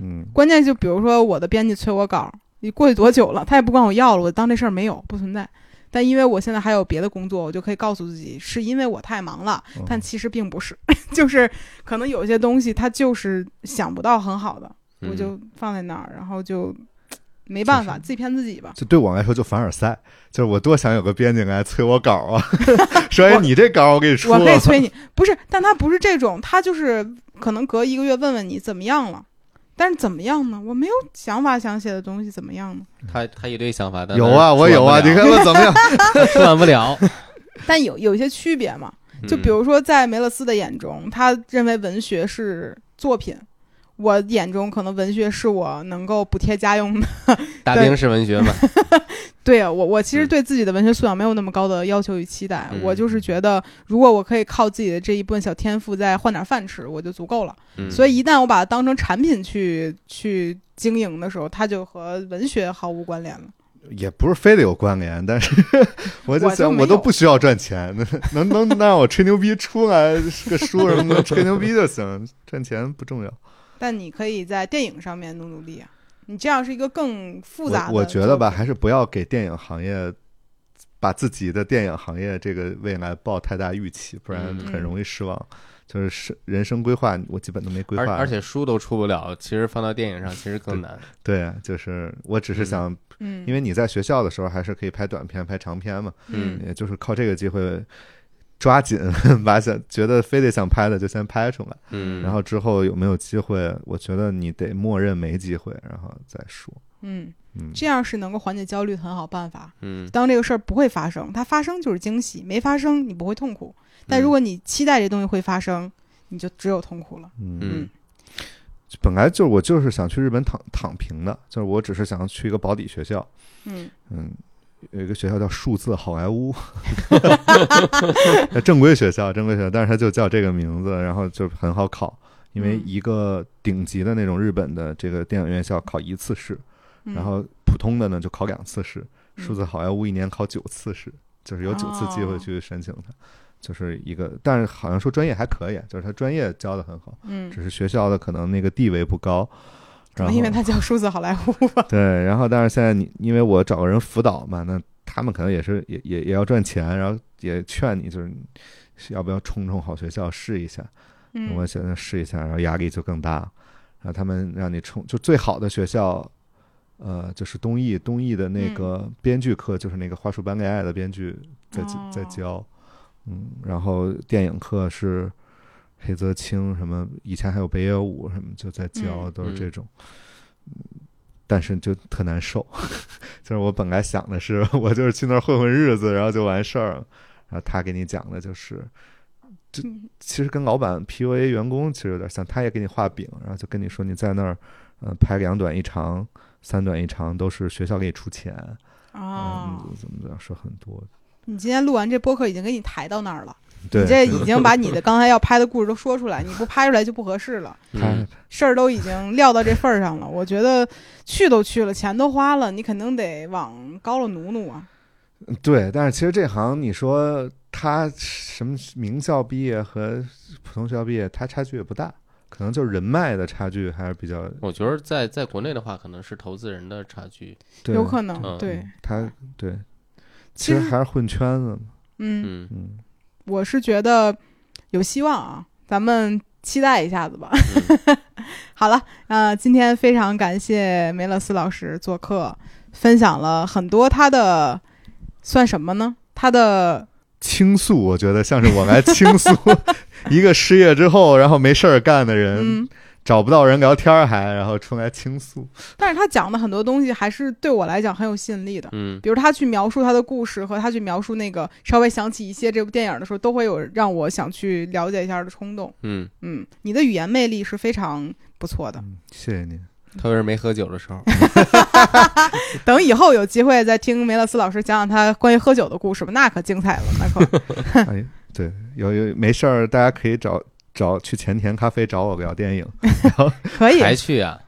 [SPEAKER 2] 嗯，
[SPEAKER 1] 关键就比如说我的编辑催我稿，你过去多久了，他也不管我要了，我当这事儿没有不存在。但因为我现在还有别的工作，我就可以告诉自己，是因为我太忙了，
[SPEAKER 2] 嗯
[SPEAKER 1] 但其实并不是， 就是可能有些东西他就是想不到很好的，我
[SPEAKER 3] 嗯
[SPEAKER 1] 就放在那儿，然后就没办法，
[SPEAKER 2] 就是
[SPEAKER 1] 自己骗自己吧。
[SPEAKER 2] 就对我来说就凡尔赛，就是我多想有个编辑来催我稿啊， 说哎你这稿我给你出
[SPEAKER 1] 我
[SPEAKER 2] 了
[SPEAKER 1] 可以 催你，不是，但他不是这种，他就是可能隔一个月问问你怎么样了，但是怎么样呢？我没有想法想写的东西怎么样呢？
[SPEAKER 3] 他他一堆想法，但
[SPEAKER 2] 有啊，
[SPEAKER 3] 他
[SPEAKER 2] 我有啊，你看我怎么样？
[SPEAKER 3] 出版不了，
[SPEAKER 1] 但有有一些区别嘛， 就
[SPEAKER 3] 嗯
[SPEAKER 1] 比如说，在梅勒斯的眼中，他认为文学是作品；我眼中，可能文学是我能够补贴家用的。
[SPEAKER 3] 嗯大
[SPEAKER 1] 对
[SPEAKER 3] 兵式文学嘛，
[SPEAKER 1] 对啊，我我其实
[SPEAKER 3] 嗯
[SPEAKER 1] 对自己的文学素养没有那么高的要求与期待，
[SPEAKER 3] 嗯
[SPEAKER 1] 我就是觉得，如果我可以靠自己的这一部分小天赋再换点饭吃，我就足够了。
[SPEAKER 3] 嗯
[SPEAKER 1] 所以一旦我把它当成产品去去经营的时候，它就和文学毫无关联了。
[SPEAKER 2] 也不是非得有关联，但是我就
[SPEAKER 1] 我就
[SPEAKER 2] 想
[SPEAKER 1] 没有
[SPEAKER 2] 我都不需要赚钱， 能能能让我吹牛逼出来个书什么的，吹牛逼就行， 赚钱不重要。
[SPEAKER 1] 但你可以在电影上面努努力啊，你这样是一个更复杂的
[SPEAKER 2] 我我觉得吧，
[SPEAKER 1] 作品
[SPEAKER 2] 还是不要给电影行业把自己的电影行业这个未来抱太大预期，不然
[SPEAKER 3] 嗯
[SPEAKER 2] 很容易失望。就是是人生规划，我基本都没规
[SPEAKER 3] 而
[SPEAKER 2] 划。
[SPEAKER 3] 而且书都出不了，其实放到电影上其实更难。
[SPEAKER 2] 对，就是我只是想，
[SPEAKER 1] 嗯，
[SPEAKER 2] 因为你在学校的时候还是可以拍短片、拍长片嘛，
[SPEAKER 1] 嗯
[SPEAKER 2] 也就是靠这个机会抓紧 把想觉得非得想拍的就先拍出来，
[SPEAKER 3] 嗯，
[SPEAKER 2] 然后之后有没有机会，我觉得你得默认没机会，然后再说。
[SPEAKER 1] 嗯，
[SPEAKER 2] 嗯，
[SPEAKER 1] 这样是能够缓解焦虑的很好办法。
[SPEAKER 3] 嗯，
[SPEAKER 1] 当这个事儿不会发生，它发生就是惊喜；没发生，你不会痛苦。但如果你期待这东西会发生，你就只有痛苦了。
[SPEAKER 2] 嗯
[SPEAKER 3] 嗯
[SPEAKER 2] 本来就是我就是想去日本躺躺平的，就是我只是想去一个保底学校，
[SPEAKER 1] 嗯，
[SPEAKER 2] 嗯，有一个学校叫数字好莱坞，正规学校，正规学校，但是它就叫这个名字，然后就很好考，因为
[SPEAKER 1] 嗯
[SPEAKER 2] 一个顶级的那种日本的这个电影院校考一次试，
[SPEAKER 1] 嗯
[SPEAKER 2] 然后普通的呢就考两次试，
[SPEAKER 1] 嗯
[SPEAKER 2] 数字好莱坞一年考九次试，就是有九次机
[SPEAKER 1] 哦
[SPEAKER 2] 会去申请它，就是一个，但是好像说专业还可以，就是他专业教的很好。
[SPEAKER 1] 嗯，
[SPEAKER 2] 只是学校的可能那个地位不高。
[SPEAKER 1] 可
[SPEAKER 2] 然
[SPEAKER 1] 能因为
[SPEAKER 2] 后
[SPEAKER 1] 它叫数字好莱坞吧。
[SPEAKER 2] 对，然后但是现在你因为我找个人辅导嘛，那他们可能也是也也也要赚钱，然后也劝你就是要不要冲冲好学校试一下。我
[SPEAKER 1] 嗯
[SPEAKER 2] 现在试一下，然后压力就更大。然后他们让你冲，就最好的学校，呃，就是东艺，东艺的
[SPEAKER 1] 嗯
[SPEAKER 2] 那个编剧课就是那个《花束般恋爱》的编剧在教在
[SPEAKER 1] 哦
[SPEAKER 2] 教，嗯，然后电影课是黑泽清什么，以前还有北野武什么就在教，
[SPEAKER 1] 嗯
[SPEAKER 2] 都是这
[SPEAKER 3] 嗯
[SPEAKER 2] 种。嗯但是就特难受， 就是我本来想的是，我就是去那儿混混日子，然后就完事儿了。然后他给你讲的就是，这
[SPEAKER 1] 嗯
[SPEAKER 2] 其实跟老板 PUA 员工其实有点像，他也给你画饼，然后就跟你说你在那儿，呃，拍两短一长、三短一长都是学校给你出钱，
[SPEAKER 1] 啊，
[SPEAKER 2] 嗯，怎么怎么样说很多，
[SPEAKER 1] 你今天录完这播客已经给你抬到那儿了，
[SPEAKER 2] 对，
[SPEAKER 1] 你这已经把 你的刚才要拍的故事都说出来，你不拍出来就不合适了。
[SPEAKER 2] 他
[SPEAKER 3] 嗯
[SPEAKER 1] 事儿都已经撂到这份儿上了，我觉得去都去了，钱都花了，你肯定得往高了努努啊。
[SPEAKER 2] 对，但是其实这行你说他什么名校毕业和普通学校毕业，他差距也不大，可能就是人脉的差距还是比较
[SPEAKER 3] 我觉得在在国内的话，可能是投资人的差距。
[SPEAKER 2] 对
[SPEAKER 1] 有可能
[SPEAKER 3] 嗯
[SPEAKER 1] 对。
[SPEAKER 2] 他对，
[SPEAKER 1] 其
[SPEAKER 2] 其实
[SPEAKER 1] 实，
[SPEAKER 2] 还是混圈子嘛，
[SPEAKER 1] 嗯，
[SPEAKER 3] 嗯
[SPEAKER 2] 嗯，
[SPEAKER 1] 我是觉得有希望啊，咱们期待一下子吧。 好了，那、今天非常感谢梅勒斯老师做客，分享了很多他的算什么呢？他的
[SPEAKER 2] 倾诉，我觉得像是我来 倾诉一个失业之后，然后没事儿干的人，
[SPEAKER 1] 嗯，
[SPEAKER 2] 找不到人聊天儿还，然后出来倾诉，
[SPEAKER 1] 但是他讲的很多东西还是对我来讲很有吸引力的。
[SPEAKER 3] 嗯，
[SPEAKER 1] 比如他去描述他的故事和他去描述那个稍微想起一些这部电影的时候，都会有让我想去了解一下的冲动。
[SPEAKER 3] 嗯，
[SPEAKER 1] 嗯，你的语言魅力是非常不错的。
[SPEAKER 2] 嗯，谢谢 您，
[SPEAKER 3] 特别是没喝酒的时候，
[SPEAKER 1] 等以后有机会再听梅勒斯老师讲讲他关于喝酒的故事吧，那可精彩了，那 可
[SPEAKER 2] 哎，对，有有没事儿，大家可以找找去前田咖啡找我聊电影，
[SPEAKER 1] 可以。
[SPEAKER 3] 还去啊？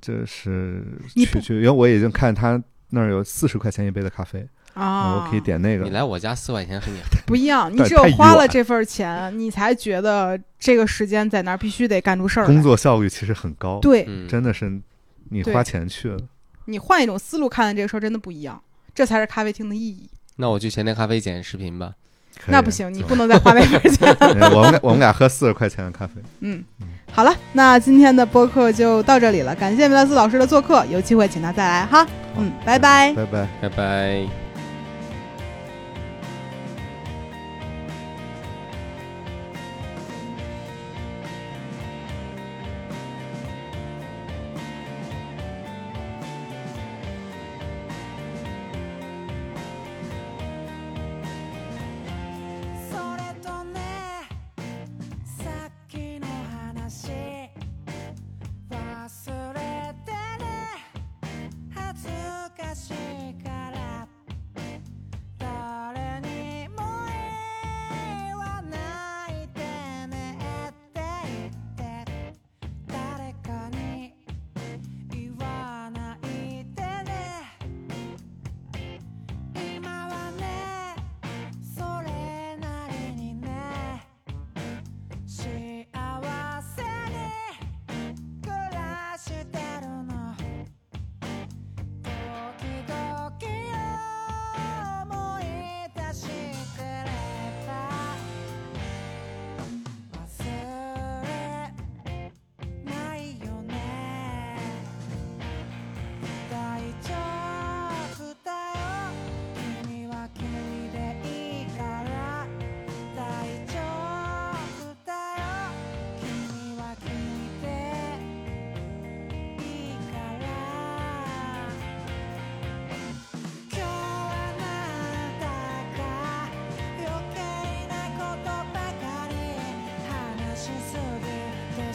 [SPEAKER 2] 这是
[SPEAKER 1] 你
[SPEAKER 2] 去
[SPEAKER 1] 不
[SPEAKER 2] 去，因为我已经看他那儿有四十块钱一杯的咖啡，
[SPEAKER 1] 啊，
[SPEAKER 2] 我可以点那个
[SPEAKER 3] 你，来我家四块钱很 也
[SPEAKER 1] 不一样，你
[SPEAKER 2] 但
[SPEAKER 1] 只有
[SPEAKER 2] 太
[SPEAKER 1] 花
[SPEAKER 2] 远
[SPEAKER 1] 了这份钱，你才觉得这个时间在那儿必须得干出事儿来
[SPEAKER 2] 工。作效率其实很高，
[SPEAKER 1] 对
[SPEAKER 3] 嗯，
[SPEAKER 2] 真的是你花钱去了，
[SPEAKER 1] 你换一种思路看待这个事儿，真的不一样。这才是咖啡厅的意义。
[SPEAKER 3] 那我去前天咖啡剪视频吧。
[SPEAKER 2] 可以
[SPEAKER 1] 那不，行，你不能再花那份钱。
[SPEAKER 2] 哎 我们俩我们俩喝四十块钱的咖啡，
[SPEAKER 1] 嗯，好了，那今天的播客就到这里了，感谢梅勒斯老师的做客，有机会请他再来哈。嗯，拜拜。
[SPEAKER 2] 拜拜。
[SPEAKER 3] 拜拜。
[SPEAKER 4] 「それとねさっきの話」「忘れてね恥ずかしいから」「誰にも言わないでね」って言って誰かに言わないでね今はねそれなりにね幸せに暮らしてるの時々思い出してれば忘れないよね大丈夫だよ君は君でいいから大丈夫だよ君は君でいいから今日はなんだか余計なことばかり話しすぎて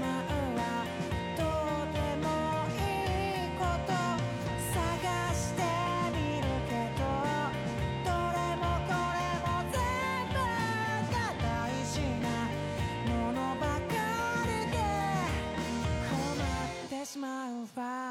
[SPEAKER 4] まうわどうでもいいこと探してみるけどどれもこれも全部が大事なものばかりで困ってしまうわ